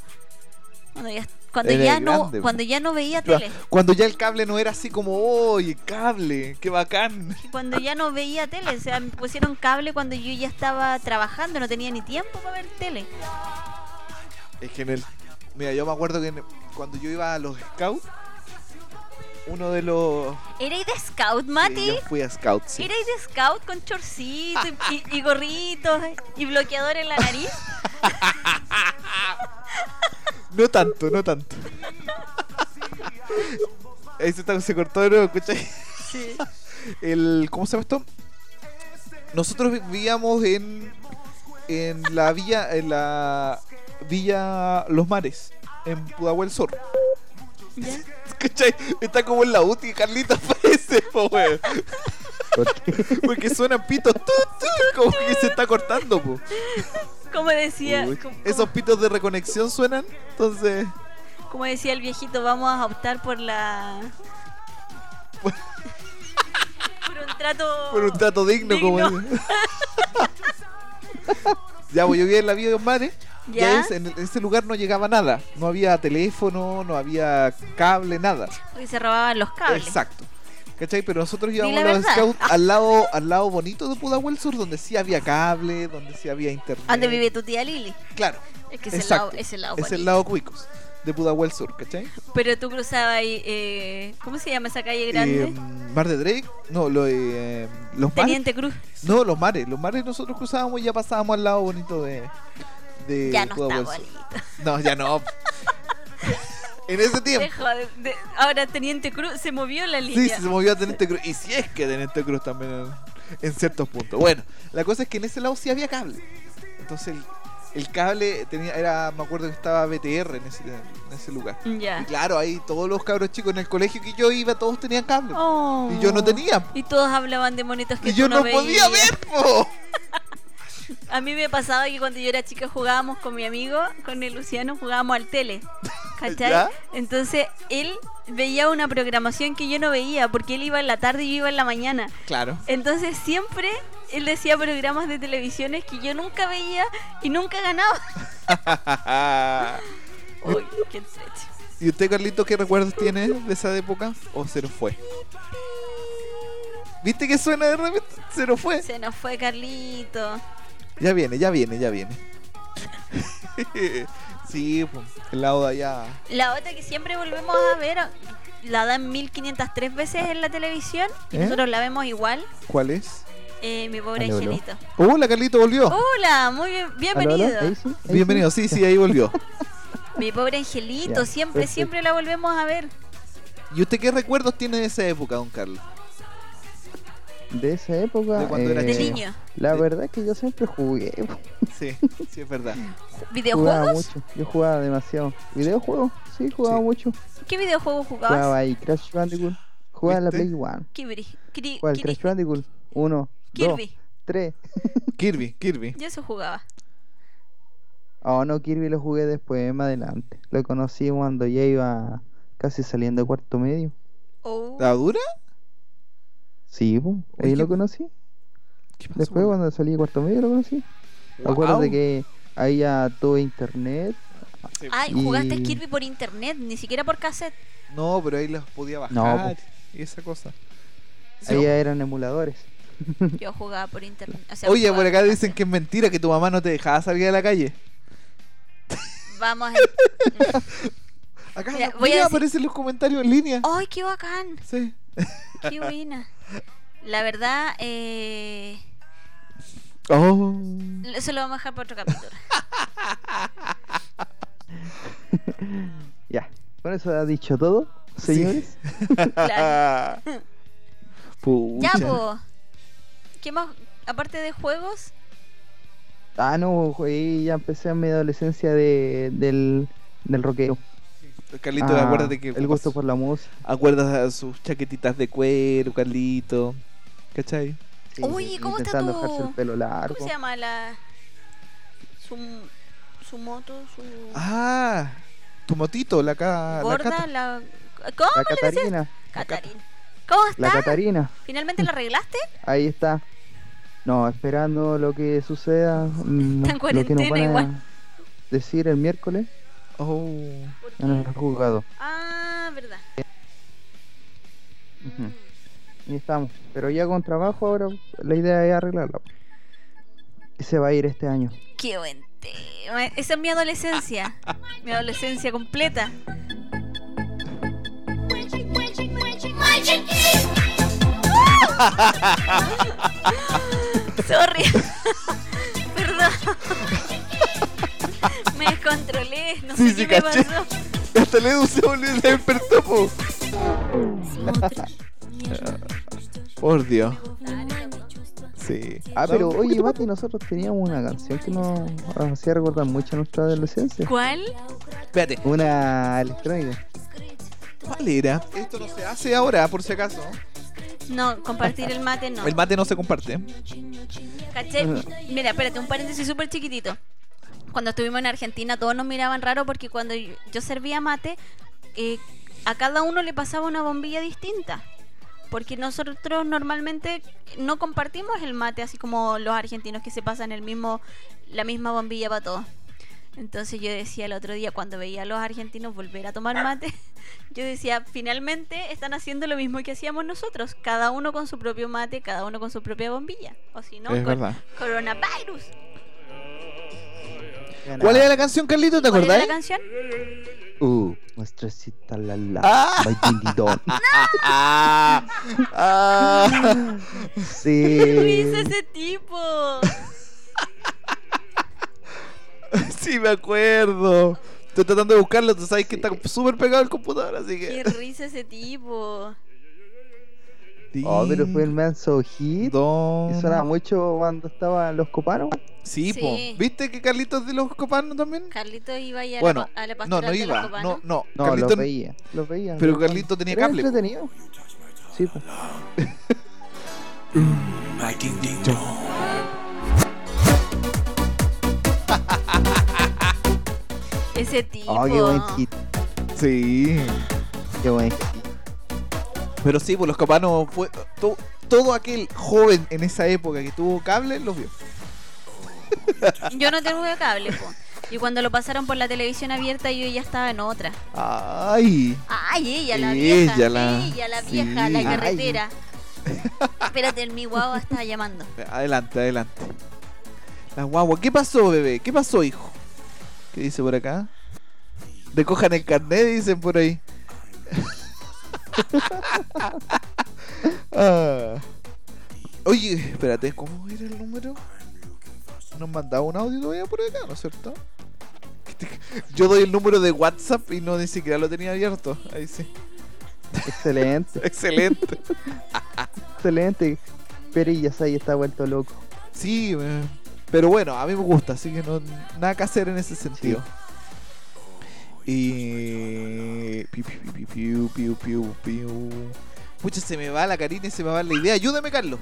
Cuando ya, cuando Era ya no, grande, cuando ya no veía Cla- tele. Cuando ya el cable no era así como, oye, cable, qué bacán. Cuando ya no veía tele. O sea, me pusieron cable cuando yo ya estaba trabajando, no tenía ni tiempo para ver tele. Es que en el. Mira, yo me acuerdo que en- cuando yo iba a los scouts, uno de los. ¿Erais de scout, sí, Mati? yo fui a scouts. sí. ¿Erais de scout con chorcito y, y- y gorritos y bloqueador en la nariz? No tanto, no tanto. Ahí se, está- se cortó de nuevo, ¿escucháis? Sí. El, ¿Cómo se llama esto? Nosotros vivíamos en. En la villa. En la. Villa Los Mares. En Pudahuel Sur. ¿Ya? ¿Cachai? Está como en la UTI, Carlitos parece, po, weón. Porque suenan pitos tut, tut, como que se está cortando, po. Como decía, Uy, como, Esos pitos de reconexión suenan, entonces. como decía el viejito, vamos a optar por la. por un trato. Por un trato digno, como Digno. dice. Ya, pues yo vivía en la vida de los mares. Ya. ¿Ya? es- en, en ese lugar no llegaba nada. No había teléfono, no había cable, nada. Porque se robaban los cables. Exacto. ¿Cachai? Pero nosotros íbamos la a los verdad. scouts al lado, al lado bonito de Pudahuel Sur, donde sí había cable, donde sí había internet. ¿Dónde vive tu tía Lili? Claro. Es que es el Exacto. lado. Es el lado. Es el Ah, bonito. lado Cuicos de Pudahuel Sur, ¿cachai? Pero tú cruzabas ahí. Eh, ¿Cómo se llama esa calle grande? Eh, Mar de Drake, no, lo, eh, los mares. Teniente Cruz. No, los mares. Los mares nosotros cruzábamos y ya pasábamos al lado bonito de, de ya no Pudahuel está, Sur. bolito. No, ya no. en ese tiempo. Dejó de- de- ahora Teniente Cruz se movió la Sí, línea. se movió a Tenente Cruz. Y si es que Tenente Cruz también en, en ciertos puntos. Bueno, la cosa es que en ese lado sí había cable. Entonces el, el cable tenía, era, me acuerdo que estaba BTR en ese, en ese lugar. Y Ya. claro, ahí todos los cabros chicos en el colegio que yo iba, todos tenían cable. Oh. Y yo no tenía. Y todos hablaban de monitos que Y yo tú no podía veías. ver, po. A mí me pasaba que cuando yo era chica jugábamos con mi amigo, con el Luciano, jugábamos al tele. ¿Cachai? ¿Ya? Entonces él veía una programación que yo no veía, porque él iba en la tarde y yo iba en la mañana. Claro. Entonces siempre él decía programas de televisiones que yo nunca veía y nunca ganaba. Uy, qué entrete. ¿Y usted, Carlito, qué recuerdos tiene de esa época? ¿O se nos fue? ¿Viste que suena de repente? Se nos fue. Se nos fue Carlito. Ya viene, ya viene, ya viene. sí, pues, el lado de allá. La otra que siempre volvemos a ver, la dan 1503 veces en la televisión y ¿Eh? nosotros la vemos igual. ¿Cuál es? Eh, mi pobre Aló, aló. angelito. Hola, Carlito volvió. Oh. Hola, muy bien, ¿Aló, bienvenido. aló? ¿Ahí sí? ¿Ahí sí? Bienvenido, sí, sí, ahí volvió. Mi pobre angelito, Ya, siempre, perfecto. siempre la volvemos a ver. ¿Y usted qué recuerdos tiene de esa época, don Carlos? De esa época. De cuando era De Eh, niño. La Sí. verdad es que yo siempre jugué. po. Sí, sí, es verdad. ¿Videojuegos? Jugaba mucho. Yo jugaba demasiado. ¿Videojuegos? Sí, jugaba Sí. mucho. ¿Qué videojuegos jugabas? Jugaba ahí Crash Bandicoot. Jugaba en la ¿Viste? Play One. Kirby. Kiri- ¿Cuál? Kiri- Crash Bandicoot. Uno, dos, Kirby. tres. Kirby, Kirby. Yo eso jugaba. Oh, no, Kirby lo jugué después, más adelante. Lo conocí cuando ya iba casi saliendo de cuarto medio. Oh, Ah, ¿La dura? Sí, po, ahí Oye, lo conocí. ¿Qué pasó? Después cuando salí de cuarto medio lo conocí. Guau. Acuérdate que ahí ya tuve internet. Sí. Ay, y- jugaste Kirby por internet, ni siquiera por cassette. No, pero ahí las podía bajar. No, y esa cosa. Sí. Ahí ya eran emuladores. Yo jugaba por internet. o sea, Oye, jugaba por acá por dicen que es mentira que tu mamá no te dejaba salir a la calle. cassette. Vamos a... Acá Mira, no- voy a mira, decir- Oh. aparecen los comentarios en línea. ¡Ay, qué bacán! Sí. ¡Qué buena! La verdad, eh... Oh. eso lo vamos a dejar para otro capítulo. Ya. Con eso ha dicho todo, Sí. señores. Claro. Ya, Pucha. po. ¿Qué más? Aparte de juegos, Ah, no, ahí ya empecé mi adolescencia de, del, del rockero. Carlito, Ah, acuérdate que El gusto por la música. acuerdas a sus chaquetitas de cuero, Carlito. ¿Cachai? Sí, Oye, ¿cómo está intentando tu- dejarse el pelo largo. ¿cómo se llama la. su, su moto? Su. Ah, tu motito, la ca... la gorda, cata. la. ¿Cómo? Ah. La Catarina. Catarina. ¿Cómo La está? Catarina. ¿Finalmente la arreglaste? Ahí está. No, esperando lo que suceda. mm, Está en lo que nos cuarentena van a igual. decir el miércoles. Oh. Porque- No lo he jugado. Ah, verdad. Ujú. Mm. Y estamos. Pero ya con trabajo ahora la idea es arreglarla. Y se va a ir este año. Qué buen tema. Esa es mi adolescencia. mi adolescencia completa. Sorry. Perdón. Me descontrolé. No Sí, sé sí, qué me caché. pasó. Hasta el Edu se volvió se despertó, po. Por Dios. Sí. Ah, No, pero un oye, poquito más. Mati, nosotros teníamos una canción que nos hacía recordar mucho a nuestra adolescencia. ¿Cuál? Espérate, Una electrónica. ¿cuál era? Esto no se hace ahora, por si acaso. No, compartir el mate no. El mate no se comparte. ¿Caché? Mira, espérate, un paréntesis súper chiquitito. Cuando estuvimos en Argentina todos nos miraban raro porque cuando yo yo servía mate, eh, a cada uno le pasaba una bombilla distinta. Porque nosotros normalmente no compartimos el mate así como los argentinos que se pasan el mismo, la misma bombilla para todos. Entonces yo decía el otro día cuando veía a los argentinos volver a tomar mate, yo decía, finalmente están haciendo lo mismo que hacíamos nosotros, cada uno con su propio mate, cada uno con su propia bombilla. O si no, es con- verdad. Coronavirus. ¿Cuál era la canción, Carlito? ¿Te ¿Cuál era acordás? la canción? Uh, muestrecita la la. Ah. by Dindin Don. Ah, ah. Eh, ¿Qué Sí. hizo ese tipo? sí, me acuerdo. Estoy tratando de buscarlo, tú sabes que está súper pegado al computador, así Qué que. risa ese tipo. Oh, pero fue el manso hit. Don. Y sonaba mucho cuando estaban los coparos. Sí, Sí. po. ¿Viste que Carlitos de los Copanos también? Carlito iba a ir Bueno, a la No, pastoral no de los iba. No, copanos. no. No, Carlito- los veía. Los veía. Pero los- Carlito tenía Era cable. po. entretenido. Sí, pues. Ese tipo. Oh, qué buen hit. Sí. Qué buen hit. Pero sí, pues los Copanos fue. to- todo aquel joven en esa época que tuvo cable los vio. Yo no tengo cable, po. Y cuando lo pasaron por la televisión abierta, yo ya estaba en otra. Ay. Ay, ella la Ella vieja. la- Ella la sí. vieja, la Ay. carretera. Espérate, mi guagua estaba llamando. Adelante, adelante. La guagua. ¿Qué pasó, bebé? ¿Qué pasó, hijo? ¿Qué dice por acá? Recojan el carnet, dicen por ahí. Ah. Oye, espérate, ¿cómo era el número? Nos mandaba un audio todavía por acá, ¿no es cierto? Yo doy el número de WhatsApp y no ni siquiera lo tenía abierto. Ahí sí. Excelente, Excelente. excelente. Perillas ahí está vuelto loco. Sí, eh, pero bueno, a mí me gusta, así que no nada que hacer en ese sentido. Y piu, piu, piu, piu, piu, piu, piu, piu. Pucha, se me va la carina y se me va la idea. Ayúdame, Carlos.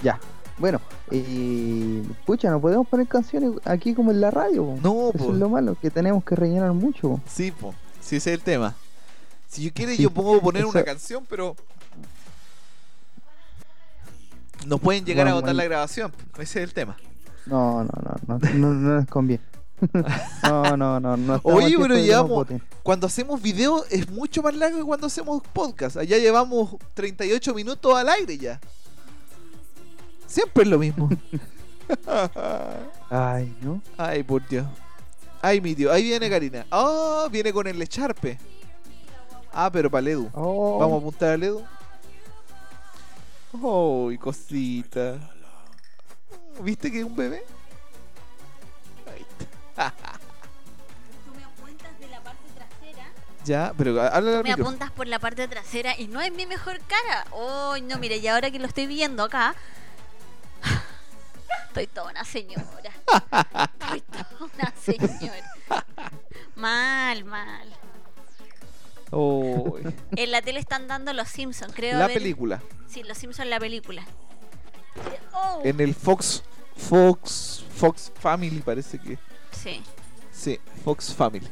Ya. Bueno, y. Pucha, no podemos poner canciones aquí como en la radio. po. No, Eso po. es lo malo, que tenemos que rellenar mucho. po. Sí, po. Sí, ese es el tema. Si yo quiere, Sí, yo puedo poner eso- una canción, pero. Nos pueden llegar a Vamos botar ahí. la grabación. po. Ese es el tema. No, no, no, no, no, no nos conviene. no, no, no, no. estamos Oye, a tiempo pero de que nos llevamos- voten. Cuando hacemos video es mucho más largo que cuando hacemos podcast. Allá llevamos 38 minutos al aire ya. Siempre es lo mismo. Ay, ¿no? Ay, por Dios. Ay, mi Dios. Ahí viene Karina. Ah, viene con el echarpe. Ah, pero para Edu. Oh, Vamos a apuntar al Edu. Ay, cosita. ¿Viste que es un bebé? Ahí está. me apuntas de la parte trasera. Ya, pero háblale al Me micrófono. apuntas por la parte trasera y no es mi mejor cara. Oh, no, mire, y ahora que lo estoy viendo acá, estoy toda una señora. Estoy toda una señora. Mal, mal. Ay, En la tele están dando Los Simpsons, creo. la haber- película. Sí, Los Simpsons, la película. Oh, en el Fox Fox Fox Family parece que oh, sí. sí Fox Family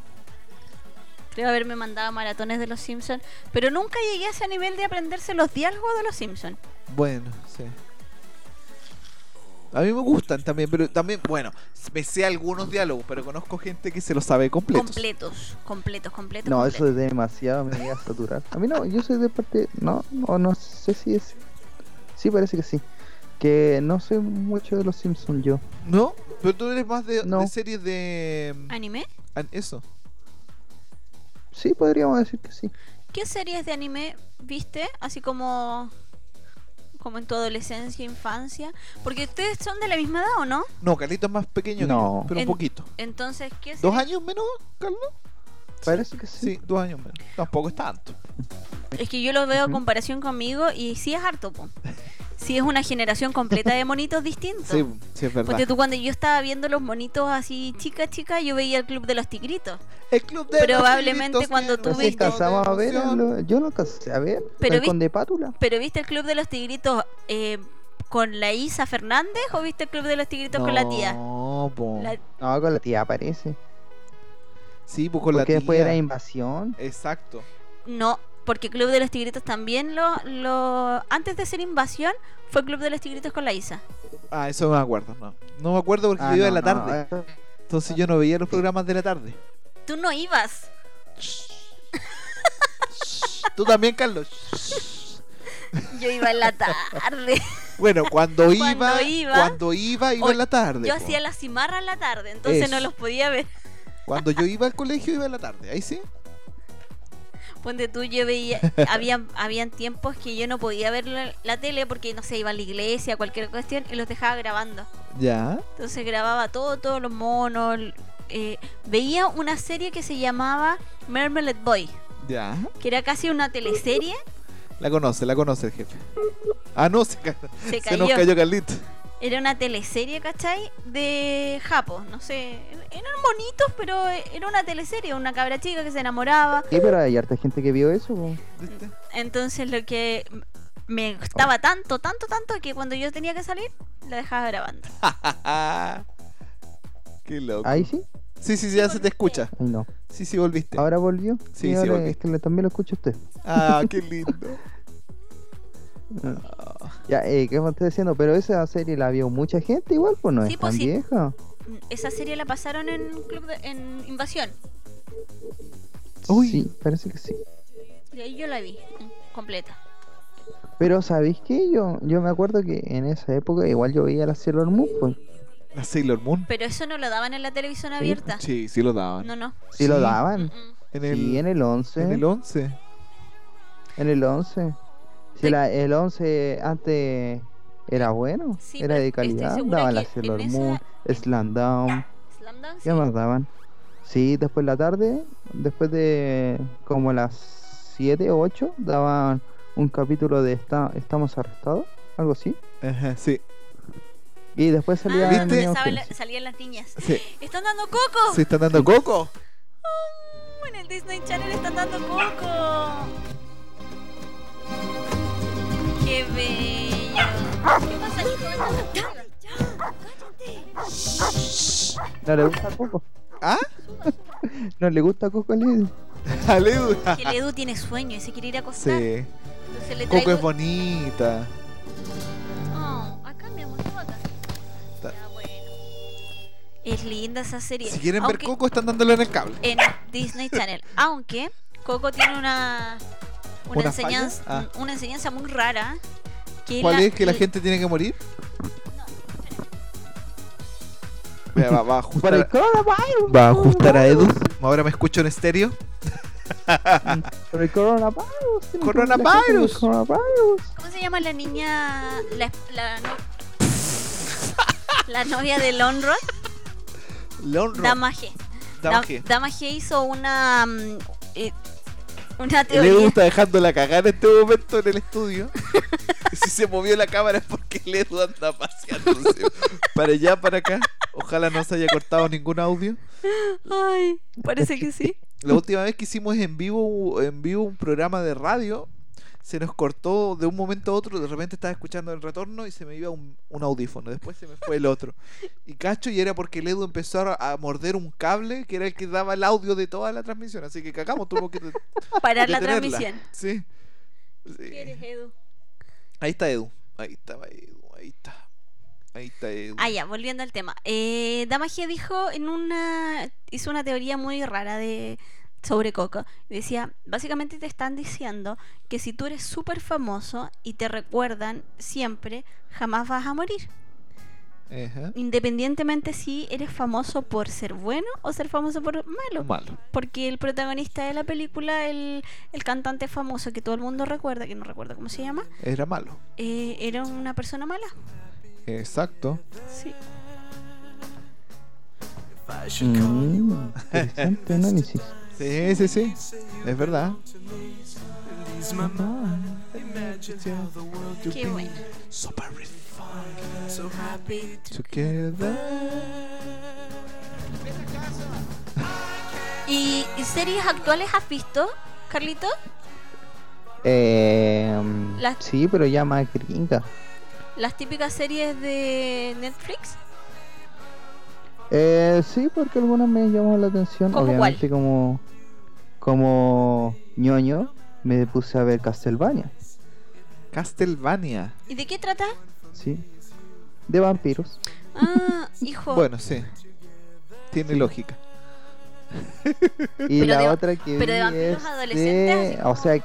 Creo haberme mandado maratones de Los Simpsons, pero nunca llegué a ese nivel de aprenderse los diálogos de Los Simpsons. bueno sí A mí me gustan también, pero también, bueno, me sé algunos diálogos, pero conozco gente que se los sabe completos. Completos, completos, completos. No, completos. eso es demasiado, me llega a saturar. A mí no, yo soy de parte. No, o no sé si es. Sí, parece que sí. Que no soy mucho de los Simpsons yo. ¿No? Pero tú eres más de, No. de series de... ¿Anime? an- Eso. Sí, podríamos decir que sí. ¿Qué series de anime viste? Así como como en tu adolescencia, infancia, porque ustedes son de la misma edad o no? No, Carlito es más pequeño, que No. yo, pero En- un poquito. Entonces, ¿qué ¿Dos series? años menos, Carlos? Parece que sí. Sí, dos años menos. Tampoco es tanto. Es que yo lo veo en Ujú. comparación conmigo y sí es harto, po. Sí es una generación completa de monitos distintos. Sí, sí, es verdad. Porque tú cuando yo estaba viendo los monitos así chica chica, yo veía el club de los tigritos. El club de Probablemente cuando tú No sé, viste- alcanzamos a ver. lo- Yo no alcancé a ver. Pero el vi- Conde Pátula. Pero viste el club de los tigritos eh, con la Isa Fernández o viste el club de los tigritos con la tía? No, po. La- No, con la tía aparece. Sí, pues con la Porque tía. después era invasión. Exacto. No, porque Club de los Tigritos también lo, lo... Antes de ser invasión, fue Club de los Tigritos con la Isa. Ah, eso no me acuerdo, no. Ah, No me acuerdo porque Ah, yo iba en la tarde. eh, Entonces yo no veía los programas de la tarde. Tú no ibas. Tú también, Carlos. Yo iba en la tarde. Bueno, cuando iba, Cuando cuando iba- iba, iba Oye, en la tarde. Yo po. hacía la cimarra en la tarde, entonces no Eso. los podía ver. Cuando yo iba al colegio iba en la tarde, ahí sí. Ponte tú, yo veía... Habían, habían tiempos que yo no podía ver la, la tele porque, no sé, iba a la iglesia, cualquier cuestión, y los dejaba grabando. Ya. Entonces grababa todo, todos los monos. eh, veía una serie que se llamaba Mermelette Boy, Ya. que era casi una teleserie. La conoce, la conoce el jefe. Ah, no, se, ca- Se se nos cayó Carlito. Era una teleserie, ¿cachai? De Japo, no sé. Eran bonitos, pero era una teleserie, una cabra chica que se enamoraba. Sí, pero hay harta gente que vio eso. po. ¿Viste? Entonces lo que me gustaba tanto, tanto, tanto que cuando yo tenía que salir, la dejaba grabando. Qué loco. Ahí sí, Sí, sí, sí, ya se te escucha. ahí no. Sí, sí, volviste. Ahora volvió. Sí, y sí, ahora volví. es que le- también lo escucha usted. Ah, qué lindo. Ya, eh, ¿qué me está diciendo? Pero esa serie la vio mucha gente igual, pues no Sí, es pues tan sí. vieja. Esa serie la pasaron en Club de- en Invasión. Uy. Sí, parece que sí. Y ahí yo la vi, mm, completa. Pero ¿sabéis qué? Yo, yo me acuerdo que en esa época igual yo veía la Sailor Moon, pues. ¿La Sailor Moon? Pero eso no lo daban en la televisión Sí, Ah. abierta. Sí, sí lo daban. No, Mm, no. Sí, lo Sí. daban. Mm-mm. En Y el, en el 11. en el 11. En el 11. Sí. Si la- el 11 antes era bueno, Sí, era pero de estoy calidad. segura Daban la que Sailor en esa- Moon, en- Slam Down, Slam Dunk, sí. ¿qué más daban? Sí, después de la tarde, después de como las 7 o 8, daban un capítulo de esta, Estamos arrestados, algo así. Ajá, sí. Y después salía Ah, ¿Viste? Niña empezaba la- Urgencia. salían las niñas. Sí. ¡Están dando coco! ¿Se están dando coco? En el Disney Channel están dando coco. Qué bello. ¿Qué pasa? Ya, cállate. No le gusta Coco. ¿Ah? No le gusta Coco Lady. Aledu. Que el Edu tiene sueño y se quiere ir a acostar. Sí. Entonces le Coco traigo... es bonita. Oh, acá mi amor, estaba acá. Ta- Ya, bueno. Es linda esa serie. Si quieren Aunque ver Coco, están dándolo en el cable. En Disney Channel. Aunque Coco tiene una... Una, ¿Una enseñanza, falla? Ah. una enseñanza muy rara. Que ¿Cuál es? ¿Que la gente tiene que morir? Vea, va, va a Para el ajustar, coronavirus. va a ajustar a Edu. Ahora me escucho en estéreo. Para el coronavirus. tiene que- la gente Coronavirus. tiene el Coronavirus. ¿Cómo se llama la niña? La, la, no- la novia de Lonrod, Leon Ro- Dama G. Dama Da- G. Dama G hizo una. mm, eh, una El Edu teoría. está dejando la cagada en este momento en el estudio. si se movió la cámara es porque el Edu anda paseándose. para allá, para acá. Ojalá no se haya cortado ningún audio. Ay, parece que sí. La última vez que hicimos en vivo, en vivo un programa de radio, se nos cortó de un momento a otro. De repente estaba escuchando el retorno y se me iba un, un audífono. Después se me fue el otro. Y cacho, y era porque el Edu empezó a, a morder un cable que era el que daba el audio de toda la transmisión. Así que cagamos, tuvo que. Parar la detenerla. transmisión. Sí. Sí. ¿Quieres, Edu? Ahí está Edu. Ahí está Edu. Ahí está. Ahí está. Edu. Ah, ya, volviendo al tema. Eh, Damagia dijo en una. hizo una teoría muy rara de sobre Coco. Decía, básicamente te están diciendo que si tú eres súper famoso y te recuerdan siempre, jamás vas a morir. Ajá. Independientemente si eres famoso por ser bueno o ser famoso por malo. Malo. Porque el protagonista de la película, el, el cantante famoso que todo el mundo recuerda, que no recuerdo cómo se llama, Era malo. eh, era una persona mala. Exacto. Sí. Mm, interesante análisis. Sí, sí, sí. Es verdad. Qué bueno. ¿Y, y series actuales has visto, Carlito? Eh, mm, Las- Sí, pero ya más gringa. Las típicas series de Netflix. Eh, sí, porque algunas me llamó la atención. ¿Cómo Obviamente, como como ñoño, me puse a ver Castlevania. Castlevania. ¿Y de qué trata? Sí. De vampiros. Ah, hijo. Bueno, sí. Tiene lógica. Y Pero la de va- otra que pero de vi vampiros es adolescentes, de- así O sea,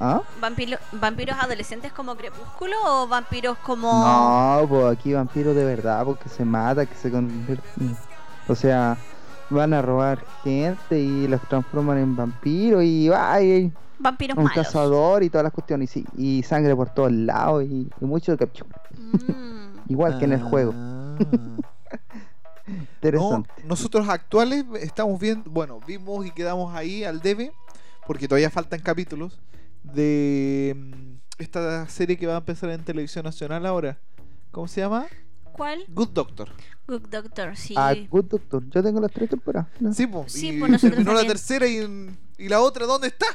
¿ah? Vampiro- ¿Vampiros adolescentes como Crepúsculo o vampiros como.? Oh. No, pues aquí vampiros de verdad, porque se mata, que se convierten. O sea, van a robar gente y los transforman en vampiros y ay, Vampiros un malos. cazador y todas las cuestiones y, y sangre por todos lados y, y mucho capture. Mm. Igual que en el juego. Ah. No, Interesante. nosotros actuales estamos viendo, bueno, vimos y quedamos ahí al debe, porque todavía faltan capítulos, de mm, esta serie que va a empezar en televisión nacional ahora. ¿Cómo se llama? ¿Cuál? Good Doctor. Good Doctor, sí. Ah, Good Doctor. Yo tengo las tres temporadas. ¿no? Sí, po, Sí, y po, nosotros terminó la también. tercera y, en- y la otra, ¿dónde está?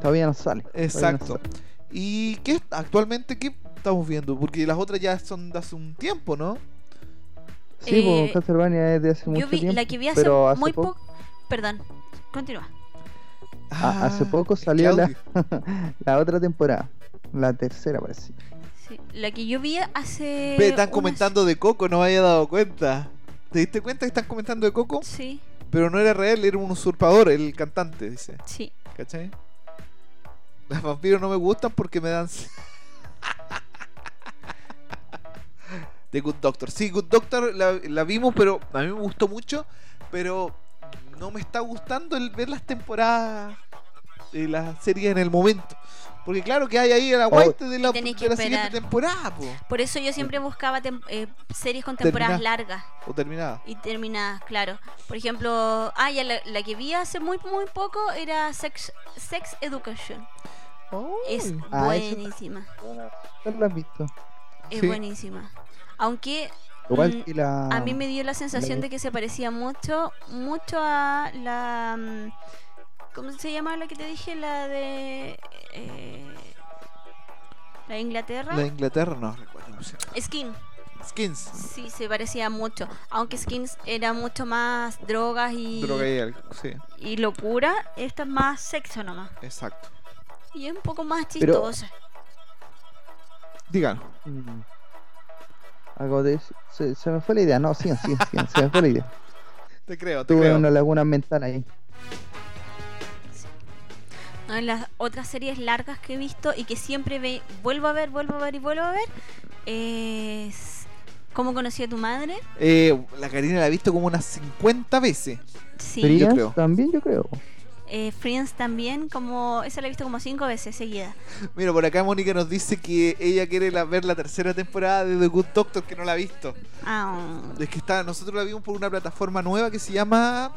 Todavía no sale. todavía no Exacto. sale. ¿Y qué actualmente qué estamos viendo? Porque las otras ya son de hace un tiempo, ¿no? Sí, Eh, pues Castlevania es de hace mucho Yo vi tiempo. la que vi hace, pero hace muy poco- poco. Perdón, continúa. Ah, hace poco es que salió la- audio. La otra temporada. La tercera parece. Sí, la que yo vi hace. Ve, están unas- comentando de Coco, no me había dado cuenta. ¿Te diste cuenta que están comentando de Coco? Sí, Pero no era real, era un usurpador, el cantante, dice. sí. ¿Cachai? Las vampiros no me gustan porque me dan... s- The Good Doctor. Sí, Good Doctor la, la vimos, pero a mí me gustó mucho. Pero no me está gustando el ver las temporadas de las series en el momento. Porque claro que hay ahí el aguante de la, de tenés que la siguiente esperar. temporada, po. Por eso yo siempre buscaba tem- eh, series con temporadas Terminá. largas O terminada. y terminadas, claro. Por ejemplo, ah, ya la, la que vi hace muy muy poco era Sex, Sex Education. Es Uy. Ah, esa- buenísima. No la has visto. Es Sí. buenísima. Aunque Igual Mm, que la. a mí Ah, me dio la sensación de que se parecía mucho, mucho a la... mm, ¿Cómo se llama la que te dije? La de... eh, la de Inglaterra. La de Inglaterra no recuerdo. cómo se llama. Skin. Skins. Sí, se parecía mucho. Aunque Skins era mucho más drogas y, Droga y alcohol. Sí, y locura, esta es más sexo nomás. exacto. Y es un poco más Pero- chistosa. Díganos. Mm. Algo de. Se, se me fue la idea. No, sí, sí, sí. se me fue la idea. Te creo, te Tuve creo. una laguna mental ahí. No, en las otras series largas que he visto y que siempre ve- vuelvo a ver, vuelvo a ver y vuelvo a ver es... ¿Cómo conocí a tu madre? Eh, la Karina la ha visto como unas 50 veces. Sí. Friends creo. también, yo creo. Eh, Friends también, como esa la he visto como cinco veces seguida. Mira, por acá Mónica nos dice que ella quiere la- ver la tercera temporada de The Good Doctor que no la ha visto. Ah, Es que está, nosotros la vimos por una plataforma nueva que se llama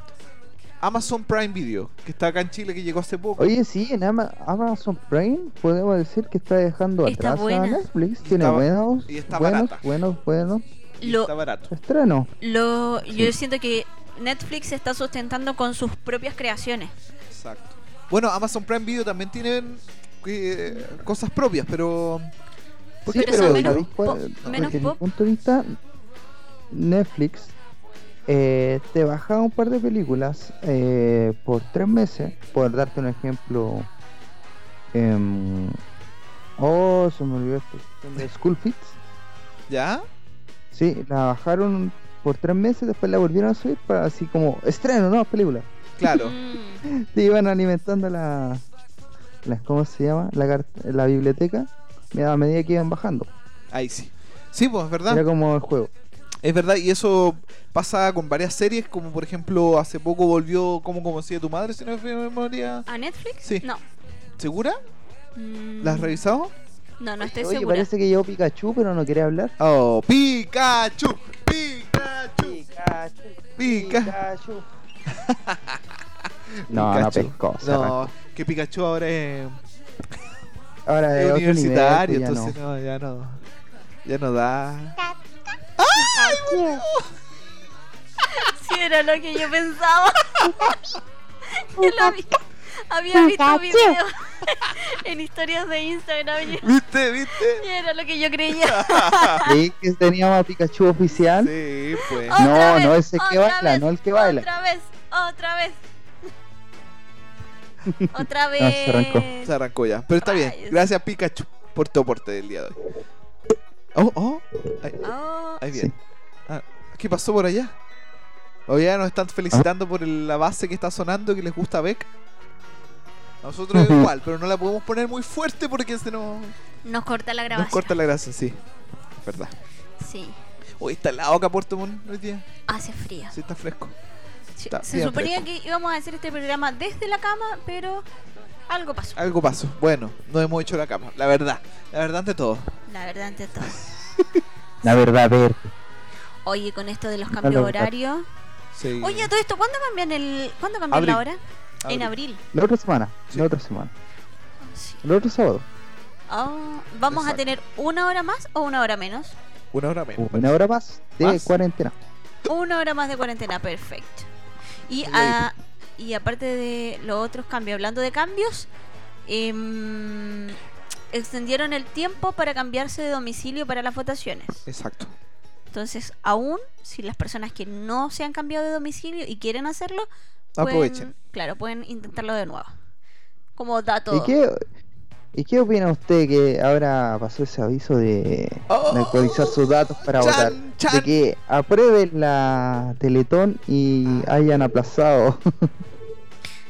Amazon Prime Video, que está acá en Chile, que llegó hace poco. Oye, sí, en Ama- Amazon Prime podemos decir que está dejando Está atrás buena. a Netflix. Y Tiene está ba- buenos, y está buenos, barata. buenos, buenos Y lo, está barato. estrenos. lo, yo siento que Netflix se está sustentando con sus propias creaciones. Exacto. Bueno, Amazon Prime Video también tienen eh, cosas propias, pero ¿Por Sí, qué? Pero pero son menos ¿sabéis cuál? pop- Desde menos mi pop. punto de vista, Netflix eh, te bajaba un par de películas eh, por tres meses, por darte un ejemplo. em, oh, se me olvidó este, de School Fits. ¿Ya? Sí, la bajaron por tres meses, después la volvieron a subir para así como estreno, ¿no? Película. Claro. Mm, Te iban alimentando la, la- ¿cómo se llama? La, cart- la biblioteca a medida que iban bajando. Ahí sí. Sí, pues es Era verdad. como el juego. Es verdad. Y eso pasa con varias series, como por ejemplo, hace poco volvió Como conocí a tu madre, si no me falla la memoria. ¿A Netflix? Sí. No. ¿Segura? Mm, ¿La has revisado? No, no estoy Oye, segura. parece que llegó Pikachu, pero no quería hablar. Oh, Pikachu. Pikachu. Pikachu. No, no Pikachu. pescó. se arrancó. No, que Pikachu ahora es, Ahora es es universitario, universitario, nivel, pues ya entonces no. ya no. Ya no da. Sí, era lo que yo pensaba. Que lo había, había visto video en historias de Instagram y ¿Viste? ¿Viste? y era lo que yo creía. no. Creí que teníamos a Pikachu oficial. Sí, pues. Otra No, no vez, ese que otra baila, vez, no el que baila. Otra vez, otra vez. Otra vez. se arrancó. Se arrancó ya. Pero está bien. Rayos. Gracias, Pikachu, por tu aporte del día de hoy. Oh, oh. Ahí, Oh, ahí Sí. bien. Ah, ¿Qué pasó por allá? Hoy ya nos están felicitando por el- la base que está sonando que les gusta a Beck. A Nosotros Ujú. igual, pero no la podemos poner muy fuerte porque se nos, nos corta la nos grabación. corta la gracia, sí. Es verdad. Sí, Hoy está helado acá Puerto Montt hoy día. hace frío. Sí, está fresco. Sí, está Se bien suponía que íbamos a hacer este programa desde la cama, pero algo pasó. Algo pasó. Bueno, no hemos hecho la cama. La verdad. La verdad ante todo. La verdad, ante todo. La verdad, a ver. Oye, con esto de los la cambios de verdad. horario. Ah, Sí. Oye, a todo esto, ¿cuándo cambian el cuándo cambian la Abril. hora? En abril. La otra semana, Sí. la otra semana. Sí. El otro sábado. Ah, ¿Vamos Exacto. a tener una hora más o una hora menos? Una hora menos. Una hora más de ¿Más? cuarentena. Una hora más de cuarentena, perfecto. Y, Muy ah, y aparte de los otros cambios, hablando de cambios, em, extendieron el tiempo para cambiarse de domicilio para las votaciones. Exacto. Entonces, aún si las personas que no se han cambiado de domicilio y quieren hacerlo, pueden- Aprovechen. Claro, pueden intentarlo de nuevo. Como dato. ¿Y qué, ¿Y qué opina usted que ahora pasó ese aviso de, Oh. de actualizar sus datos para Chan, votar? chan. De que aprueben la Teletón y hayan aplazado.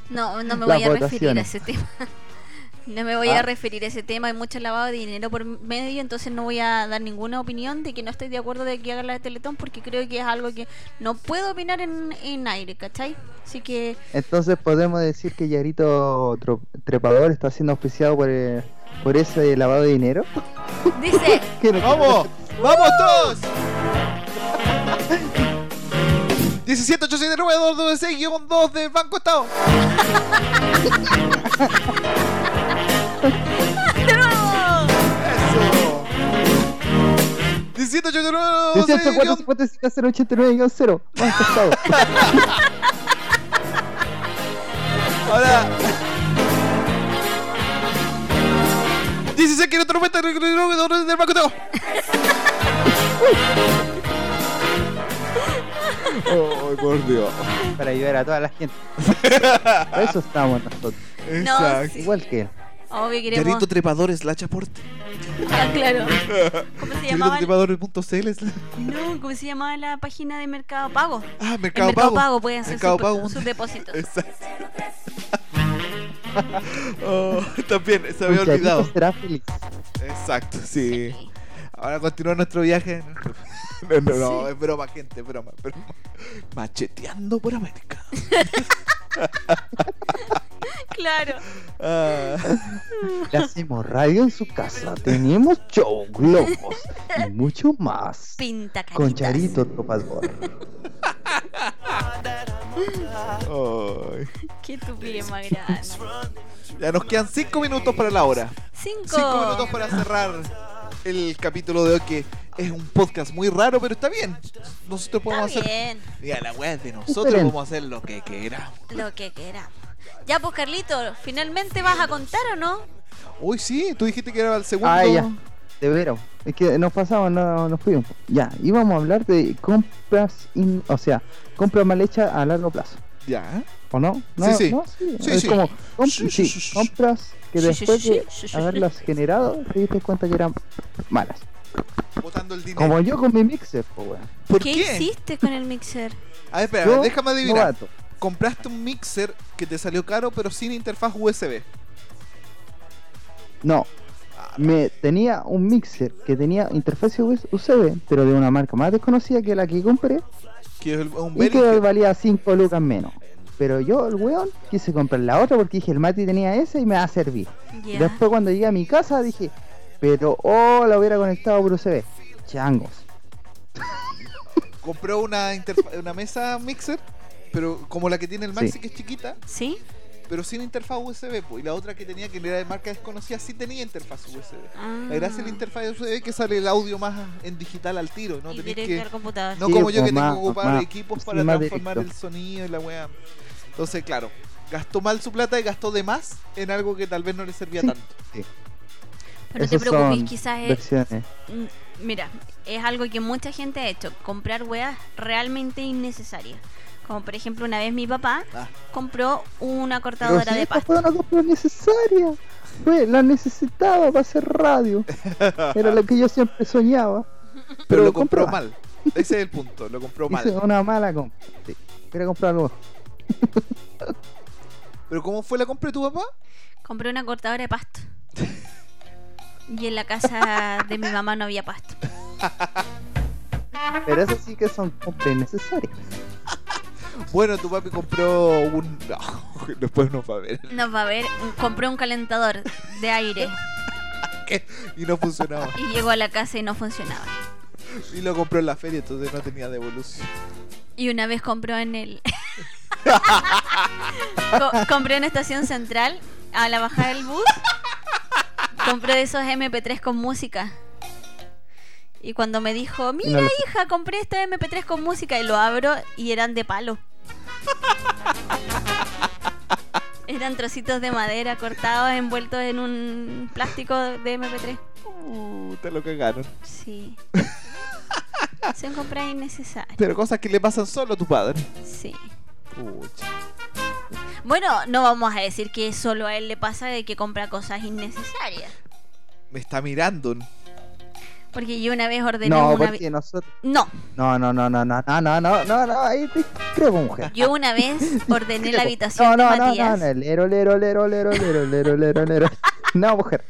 No, no me Las voy a referir a votaciones. ese tema. No me voy Ah. a referir a ese tema. Hay mucho lavado de dinero por medio, entonces no voy a dar ninguna opinión de que no estoy de acuerdo de que haga la Teletón porque creo que es algo que no puedo opinar en, en aire, ¿cachai? Así que Entonces podemos decir que Yarito Tro- Trepador está siendo auspiciado por, eh, por ese lavado de dinero. dice, Que no- ¡Vamos! ¡Vamos todos! 17879-296-2 del Banco Estado. ¡De nuevo! ¡Eso! 17879 18455-089-0. Banco Estado. Ahora. 16 del Banco Estado. ¡Oh, por Dios! Para ayudar a toda la gente. Para eso estamos nosotros. No, sí. Igual que él. Obvio queremos. Yarito Trepador slash aporte. Ah, claro. ¿Cómo se Yarito llamaba? Trepador.cl slash- No, ¿cómo se llamaba la página de Mercado Pago? Ah, En Mercado Mercado Pago. Pago pueden hacer Mercado sus, Pago. sus depósitos. Exacto. Oh, también, se había Muchachito olvidado. será feliz. Exacto, sí. Ahora continúa nuestro viaje. No, no, no, es broma, gente, es broma, es broma. Macheteando por América. Claro. Ah, Le hacemos radio en su casa. Tenemos show, globos y mucho más. Pinta Con caritas. Charito Tropador. oh. Qué estupidez más grande. Ya nos quedan 5 minutos para la hora. Cinco. 5 minutos para cerrar el capítulo de hoy, que es un podcast muy raro, pero está bien. Nosotros podemos Está hacer. bien, Mira, la web de nosotros Diferente. podemos hacer lo que queramos. lo que queramos. Ya, pues Carlito, ¿finalmente vas a contar o no? Uy, sí, tú dijiste que era el segundo. Ah, ya. De veras. Es que nos pasamos, no, nos fuimos. Ya, íbamos a hablar de compras, in- o sea, compras mal hechas a largo plazo. Ya. ¿O no? no Sí, sí. no, sí. Sí, es sí. como Sí, comp- sí, sí, sí, sí. compras Sí, que sí, después sí, de sí, sí, sí. haberlas generado te diste cuenta que eran malas. botando el dinero. Como yo con mi mixer, pues weón. ¿Por ¿Qué, qué? hiciste con el mixer? A ver, Ah, espera, Yo, déjame adivinar. novato. Compraste un mixer que te salió caro, pero sin interfaz USB. No. Me tenía un mixer que tenía interfaz US- USB, pero de una marca más desconocida que la que compré Que es el- un y que Behringer. valía 5 lucas menos. Pero yo, el weón, quise comprar la otra porque dije, el Mati tenía esa y me va a servir. Ya. Después cuando llegué a mi casa dije, pero oh, la hubiera conectado por USB. Changos. Compró una, interfa- una mesa mixer, pero como la que tiene el Maxi, que es chiquita, ¿Sí? pero sin interfaz USB. po. Y la otra que tenía, que era de marca desconocida, sí tenía interfaz USB. Ah. La gracia de la interfaz USB es que sale el audio más en digital al tiro, ¿no? Ah, y Tenés directo que- al computador. No Sí, como yo pues, que tengo más- que ocupar más- equipos sí, para más transformar directo. el sonido y la weá. Entonces, claro, gastó mal su plata y gastó de más en algo que tal vez no le servía Sí. tanto. Pero no te Esos preocupes, son quizás es, Versiones. Mm, Mira, es algo que mucha gente ha hecho, comprar weas realmente innecesarias. Como por ejemplo, una vez mi papá Ah. compró una Pero cortadora si de esta pasta. fue una compra necesaria. Fue, la necesitaba para hacer radio. Era lo que yo siempre soñaba. Pero, Pero lo compró compra- mal. Ese es el punto, lo compró Hice mal. una mala compra. Sí. Quería comprar algo. ¿Pero cómo fue la compra de tu papá? Compré una cortadora de pasto. y en la casa de mi mamá no había pasto. Pero esas sí que son compras necesarias. Bueno, tu papi compró un... No, después nos va a ver. No, va a ver, compré un calentador de aire Y no funcionaba. y llegó a la casa y no funcionaba. Y lo compró en la feria, entonces no tenía devolución. Y una vez compró en el. Co- compré en estación central a la bajada del bus. Compré de esos MP3 con música. Y cuando me dijo, Y no mira lo- hija, compré este estos MP3 con música y lo abro y eran de palo. Eran trocitos de madera cortados, envueltos en un plástico de MP3. Uh, te lo cagaron. Sí. Son compras innecesarias. Pero cosas que le pasan solo a tu padre. Sí. Pucha. Bueno, no vamos a decir que solo a él le pasa de que compra cosas innecesarias. Me está mirando. Porque yo una vez ordené No, una vi- porque nosotros. No, No, no, no, no, no, no, no, no, no, no, ahí te discrepo, mujer. yo una vez ordené la Discrepo. habitación no, no, de no, Matías. No, no, lero, lero, lero, lero, lero, lero, lero, lero. No, mujer.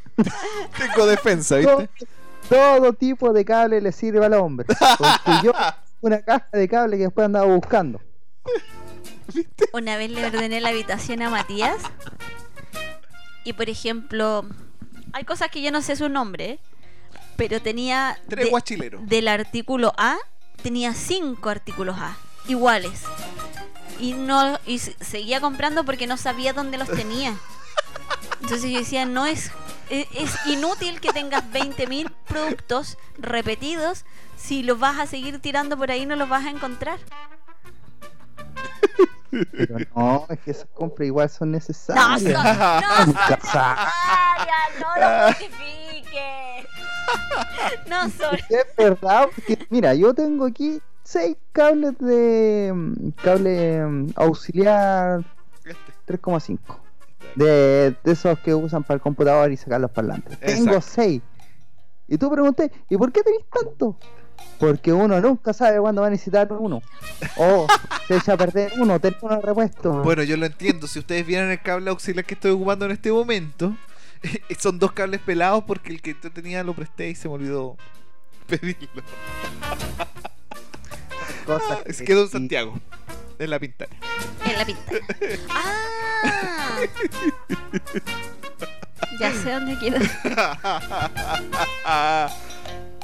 Tengo defensa, Todo, ¿viste? todo tipo de cable le sirve al hombre. Porque yo una caja de cable que después andaba buscando. Una vez le ordené la habitación a Matías. Y por ejemplo, hay cosas que yo no sé su nombre, ¿eh? pero tenía Tres de- guachileros. del artículo A tenía cinco artículos A iguales y no y se- seguía comprando porque no sabía dónde los tenía entonces yo decía no es e- es inútil que tengas 20.000 productos repetidos si los vas a seguir tirando por ahí no los vas a encontrar Pero no, es que esas compras igual son no son, necesarias. no son Necesarias. necesarias no lo justifiques no son Es verdad, porque mira, yo tengo aquí seis cables de mm, cable mm, auxiliar Este. 3,5. De, de esos que usan para el computador y sacar los parlantes. Tengo Exacto. seis. Y tú pregunté, ¿y por qué tenés tanto? Porque uno nunca sabe cuándo va a necesitar uno. O se echa a perder uno, tener uno de repuesto. Bueno, yo lo entiendo. Si ustedes vieran el cable auxiliar que estoy ocupando en este momento, son dos cables pelados porque el que yo tenía lo presté y se me olvidó pedirlo. cosas Se quedó en y- Santiago, en la pintana. En la pintana. ¡Ah! Ya sé dónde quiero.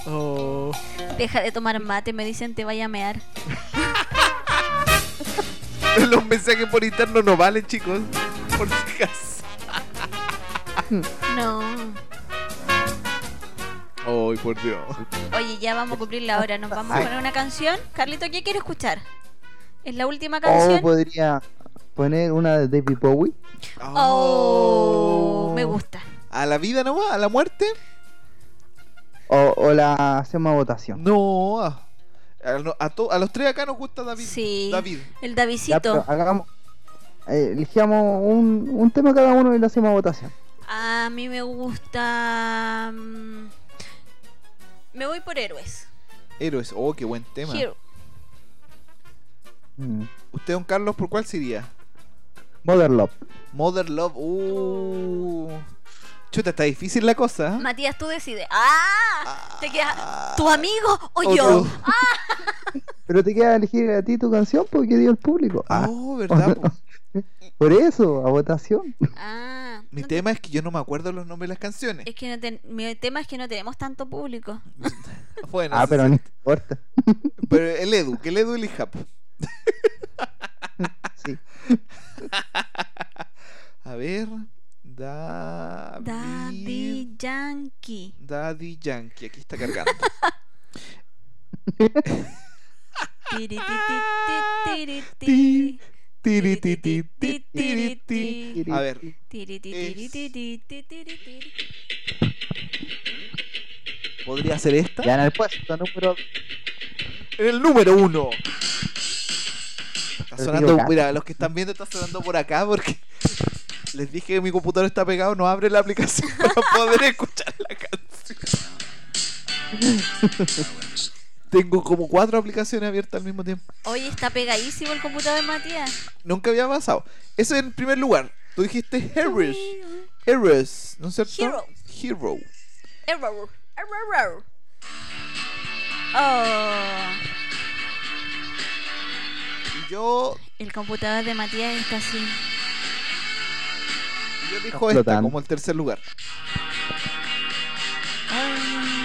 Oh. Deja de tomar mate, me dicen te vaya a mear. Los mensajes por interno no valen, chicos. Por si acaso. No. Ay, por Dios. Oye, ya vamos a cumplir la hora. Nos vamos a Ay. poner una canción. Carlito, ¿qué quiero escuchar? ¿Es la última O canción? podría poner una de David Bowie. Oh, me gusta. ¿A la vida nomás? ¿A la muerte? O, o la hacemos a votación. No. A, a- no, a to- a los tres acá nos gusta David. Sí. David. El Ya, pero Davidcito. hagamos. eh, Elijamos un, un tema cada uno y lo hacemos a votación. A mí me gusta. mm, Me voy por héroes. Héroes. Oh, qué buen tema. Hero. Mm. Usted, don Carlos, ¿por cuál sería? Mother Love. Mother Love. Uh. Chuta, está difícil la cosa. ¿eh? Matías, tú decides. ¡Ah! Te quedas. ¿Tu amigo o O yo? tú. Pero te queda elegir a ti tu canción porque dio el público. Ah, Oh, ¿verdad? po? por eso, a votación. Ah. Mi no te- tema es que yo no me acuerdo los nombres de las canciones. Es que no ten- mi tema es que no tenemos tanto público. Bueno, Ah, sí, pero sí. no importa. Pero el Edu, que el Edu elija. po. Sí. A ver. David. Daddy Yankee. Daddy Yankee, aquí está cargando. Tiri, ti, ti, ti, tiri, Ti, ti. Tiri, ti, ti, ti, tiri, ti. A ver, Tiri, ti, tiri, ti, ti, ti, tiri, tiri. ¿podría ser esta? Ya en el puesto número. En el número uno. Está El sonando, tío Gato. mira, los que están viendo está sonando por acá porque les dije que mi computador está pegado, no abre la aplicación para poder escuchar la canción. Tengo como cuatro aplicaciones abiertas al mismo tiempo. Oye, está pegadísimo el computador de Matías. Nunca había pasado. Eso en primer lugar. Tú dijiste Heroes. Heroes, ¿no es cierto? Hero. Hero. Error. Error. Oh. Y yo, El computador de Matías está así. yo elijo esta Explotando. como el tercer lugar.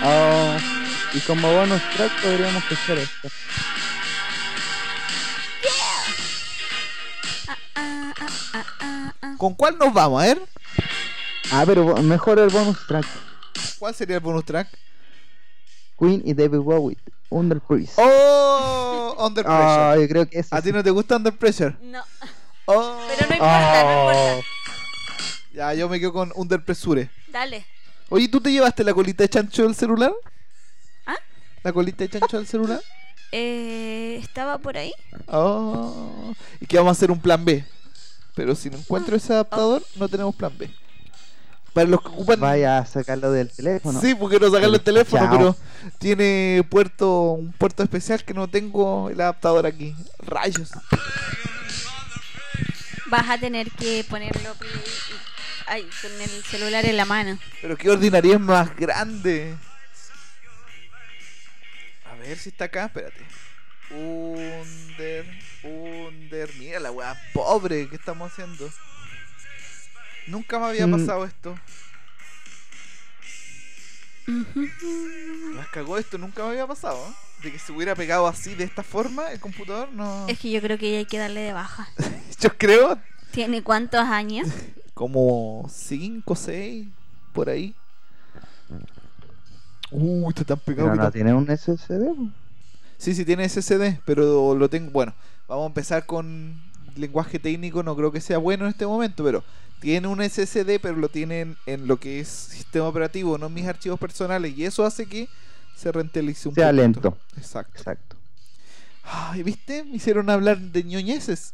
Oh, y como bonus track podríamos escuchar esto. Ah, ah, ah, ah, ah. ¿Con cuál nos vamos? A ver. Ah, pero bo- mejor el bonus track. ¿Cuál sería el bonus track? Queen y David Bowie. Under Priest. Oh, Under Pressure. Ah, yo creo que eso. ¿A ti no te gusta Under Pressure? No, Oh. pero no importa, no Oh. importa. Ya, yo me quedo con Under Pressure. Dale. Oye, ¿tú te llevaste la colita de chancho del celular? ¿Ah? ¿La colita de chancho del celular? Eh, ¿Estaba por ahí? Oh. Y que vamos a hacer un plan B. Pero si no encuentro ese adaptador, no tenemos plan B. Para los que ocupan. Oh, Vaya a sacarlo del teléfono. Sí, porque no sacarle el teléfono, Chao. pero tiene puerto un puerto especial que no tengo el adaptador aquí. Rayos. Vas a tener que ponerlo pri- y- ay, con el celular en la mano. Pero qué ordinaria es más grande. A ver si está acá, espérate. Under, under. Mira la weá pobre que estamos haciendo. Nunca me había Mm. pasado esto. Las cagó esto, nunca me había pasado. ¿eh? De que se hubiera pegado así, de esta forma, el computador, no. Es que yo creo que ya hay que darle de baja. Yo creo. ¿Tiene cuántos años? Como 5, 6, por ahí. Uy, está tan pegado Pero que no está- tiene un SSD. bo. Sí, sí tiene SSD, pero lo tengo. Bueno, vamos a empezar con lenguaje técnico, no creo que sea bueno en este momento, pero tiene un SSD, pero lo tiene en, en lo que es sistema operativo, no en mis archivos personales, y eso hace que se rentelice un Sea poquito. lento. Exacto. Exacto. Ay, ¿viste? Me hicieron hablar de ñoñeces.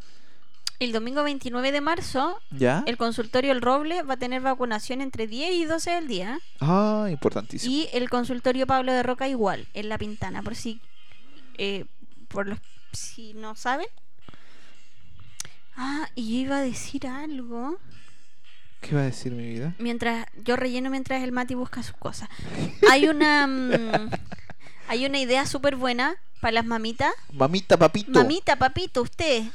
El domingo 29 de marzo, ¿Ya? el consultorio El Roble va a tener vacunación entre 10 y 12 del día. Ah, importantísimo. Y el consultorio Pablo de Roca igual, en La Pintana, por si, eh, por los, si no saben. Ah, y yo iba a decir algo. ¿Qué va a decir mi vida? Mientras, yo relleno mientras el Mati busca sus cosas. Hay una mm, hay una idea súper buena para las mamitas. Mamita, papito. Mamita, papito, usted. usted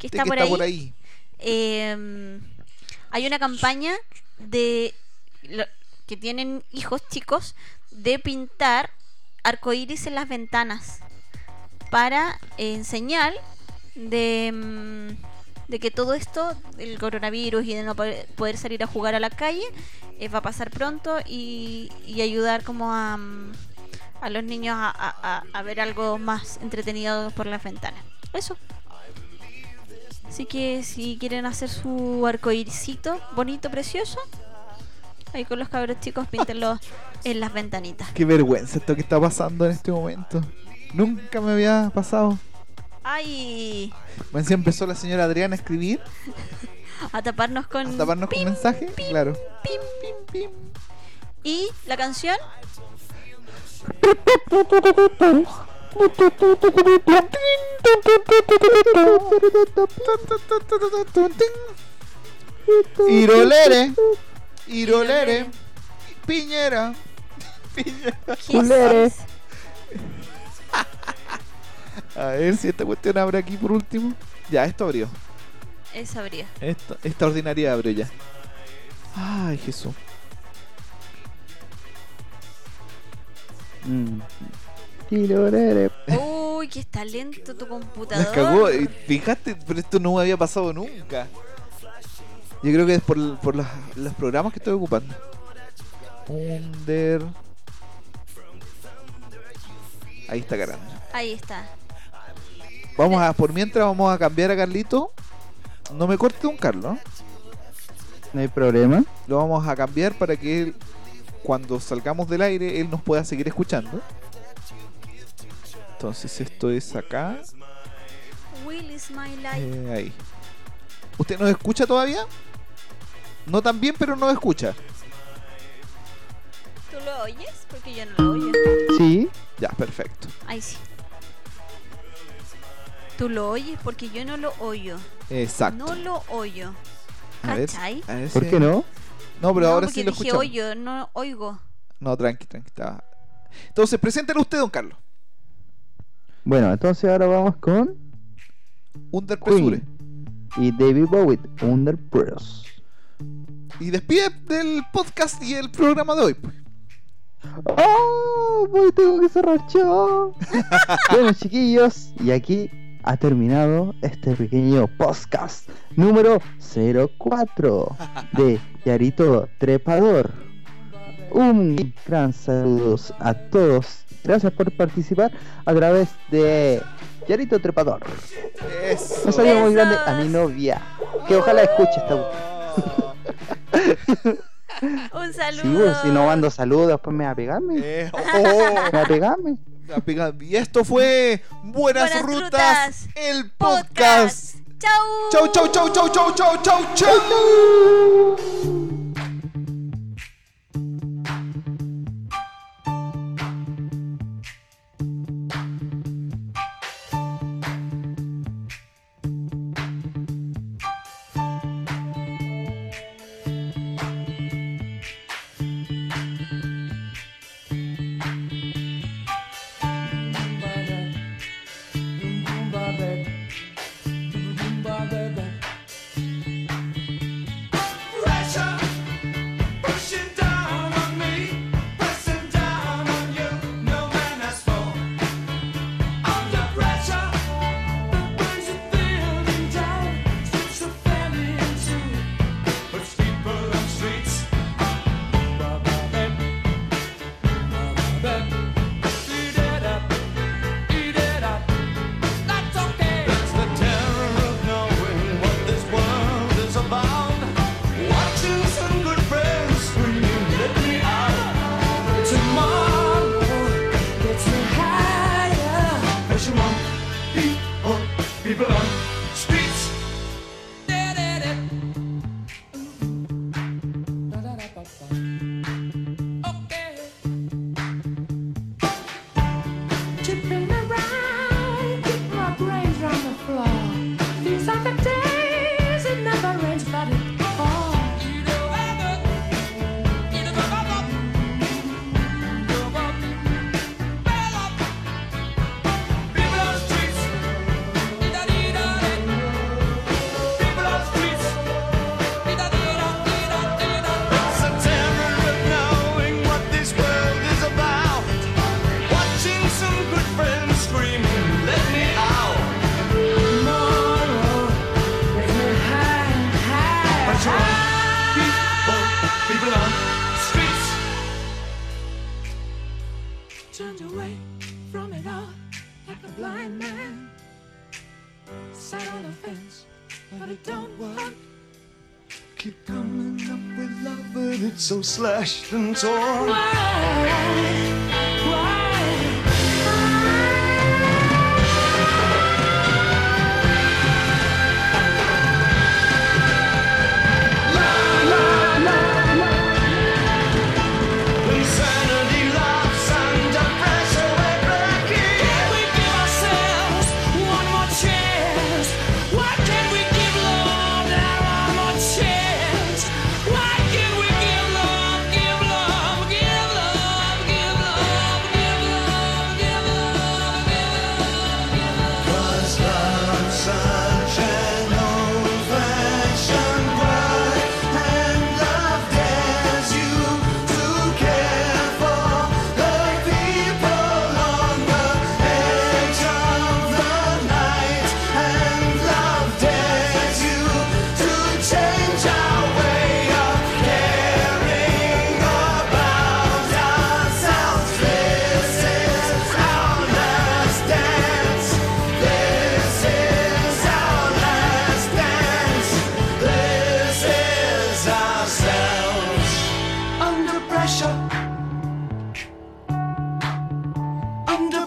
que está está por ahí? por ahí. eh, hay una campaña de lo- que tienen hijos chicos de pintar arcoíris en las ventanas para eh, enseñar de, mm, de que todo esto del coronavirus y de no poder poder salir a jugar a la calle eh, va a pasar pronto y, y ayudar como a, mm, a los niños a, a- a- a ver algo más entretenido por las ventanas. Eso. Así que si quieren hacer su arcoircito bonito, precioso, ahí con los cabros chicos, píntenlo en las ventanitas. Qué vergüenza esto que está pasando en este momento. Nunca me había pasado. ¡Ay! Bueno, sí empezó la señora Adriana a escribir, A taparnos con. a taparnos con pim, mensaje, claro. pim, pim, pim. Y la canción Irolere, Irolere, Piñera. Piñera. ¿Qué es eso? A ver si esta cuestión abre aquí por último. Ya, esto abrió. Eso habría. Esta, esta ordinaria abrió ya. Ay, Jesús. Mm. Tirorere. Uy, que está lento tu Me computador. cagó. eh, Fijaste, pero esto no me había pasado nunca. Yo creo que es por, por las- los programas que estoy ocupando. Under. Ahí está cargando. Ahí está. Vamos a, por mientras vamos a cambiar a Carlito. No me corte un Carlos. ¿eh? No hay problema. Lo vamos a cambiar para que él, cuando salgamos del aire, él nos pueda seguir escuchando. Entonces esto es acá. Will is my life. eh, ahí. ¿Usted nos escucha todavía? No tan bien, pero nos escucha. ¿Tú lo oyes? Porque yo no lo oyo. Sí. Ya, perfecto. Ahí sí. ¿Tú lo oyes? Porque yo no lo oyo. Exacto. No lo oyo. a ver, ¿cachai? a ver ¿Por si- qué no? No, pero No, ahora porque sí lo dije escuchamos. oyo, no oigo. No, tranqui, tranqui. estaba- Entonces, preséntelo usted, don Carlos. Bueno, entonces ahora vamos con Under Presure. Queen y David Bowie, Under Press. Y despide del podcast y el programa de hoy. pues. ¡Oh! Voy, tengo que cerrar yo. bueno, chiquillos, y aquí ha terminado este pequeño podcast número 04 de Yarito Trepador. Un gran saludos a todos. Gracias por participar a través de Yarito Trepador. Eso. Un saludo Besos. muy grande a mi novia, que ojalá escuche esta. bu- Un Sí, pues, saludo. si no mando saludos, después me va a pegarme. Me Eh, oh, va a pegarme. la pega- Y esto fue Buenas Buenas, Rutas, Rutas, el podcast. Podcast. Chau. Chau, chau, chau, chau, chau, chau, chau, chau. People on streets. Chipping around, keep my brains on the floor. These are the days it never rains, but it falls. People on streets. People on streets. It's a terror of knowing what this world is about. Watching some good friends screaming, "Let me out!" But you're people, people on streets. Turned away from it all like a blind man. Sat on the fence, but it don't work. Keep coming up with love, but it's so slashed and torn. Insanity laughs and up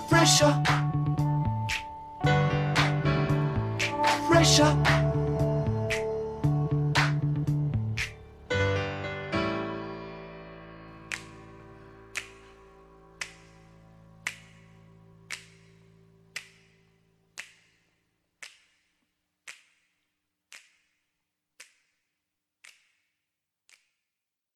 Pressure. Pressure.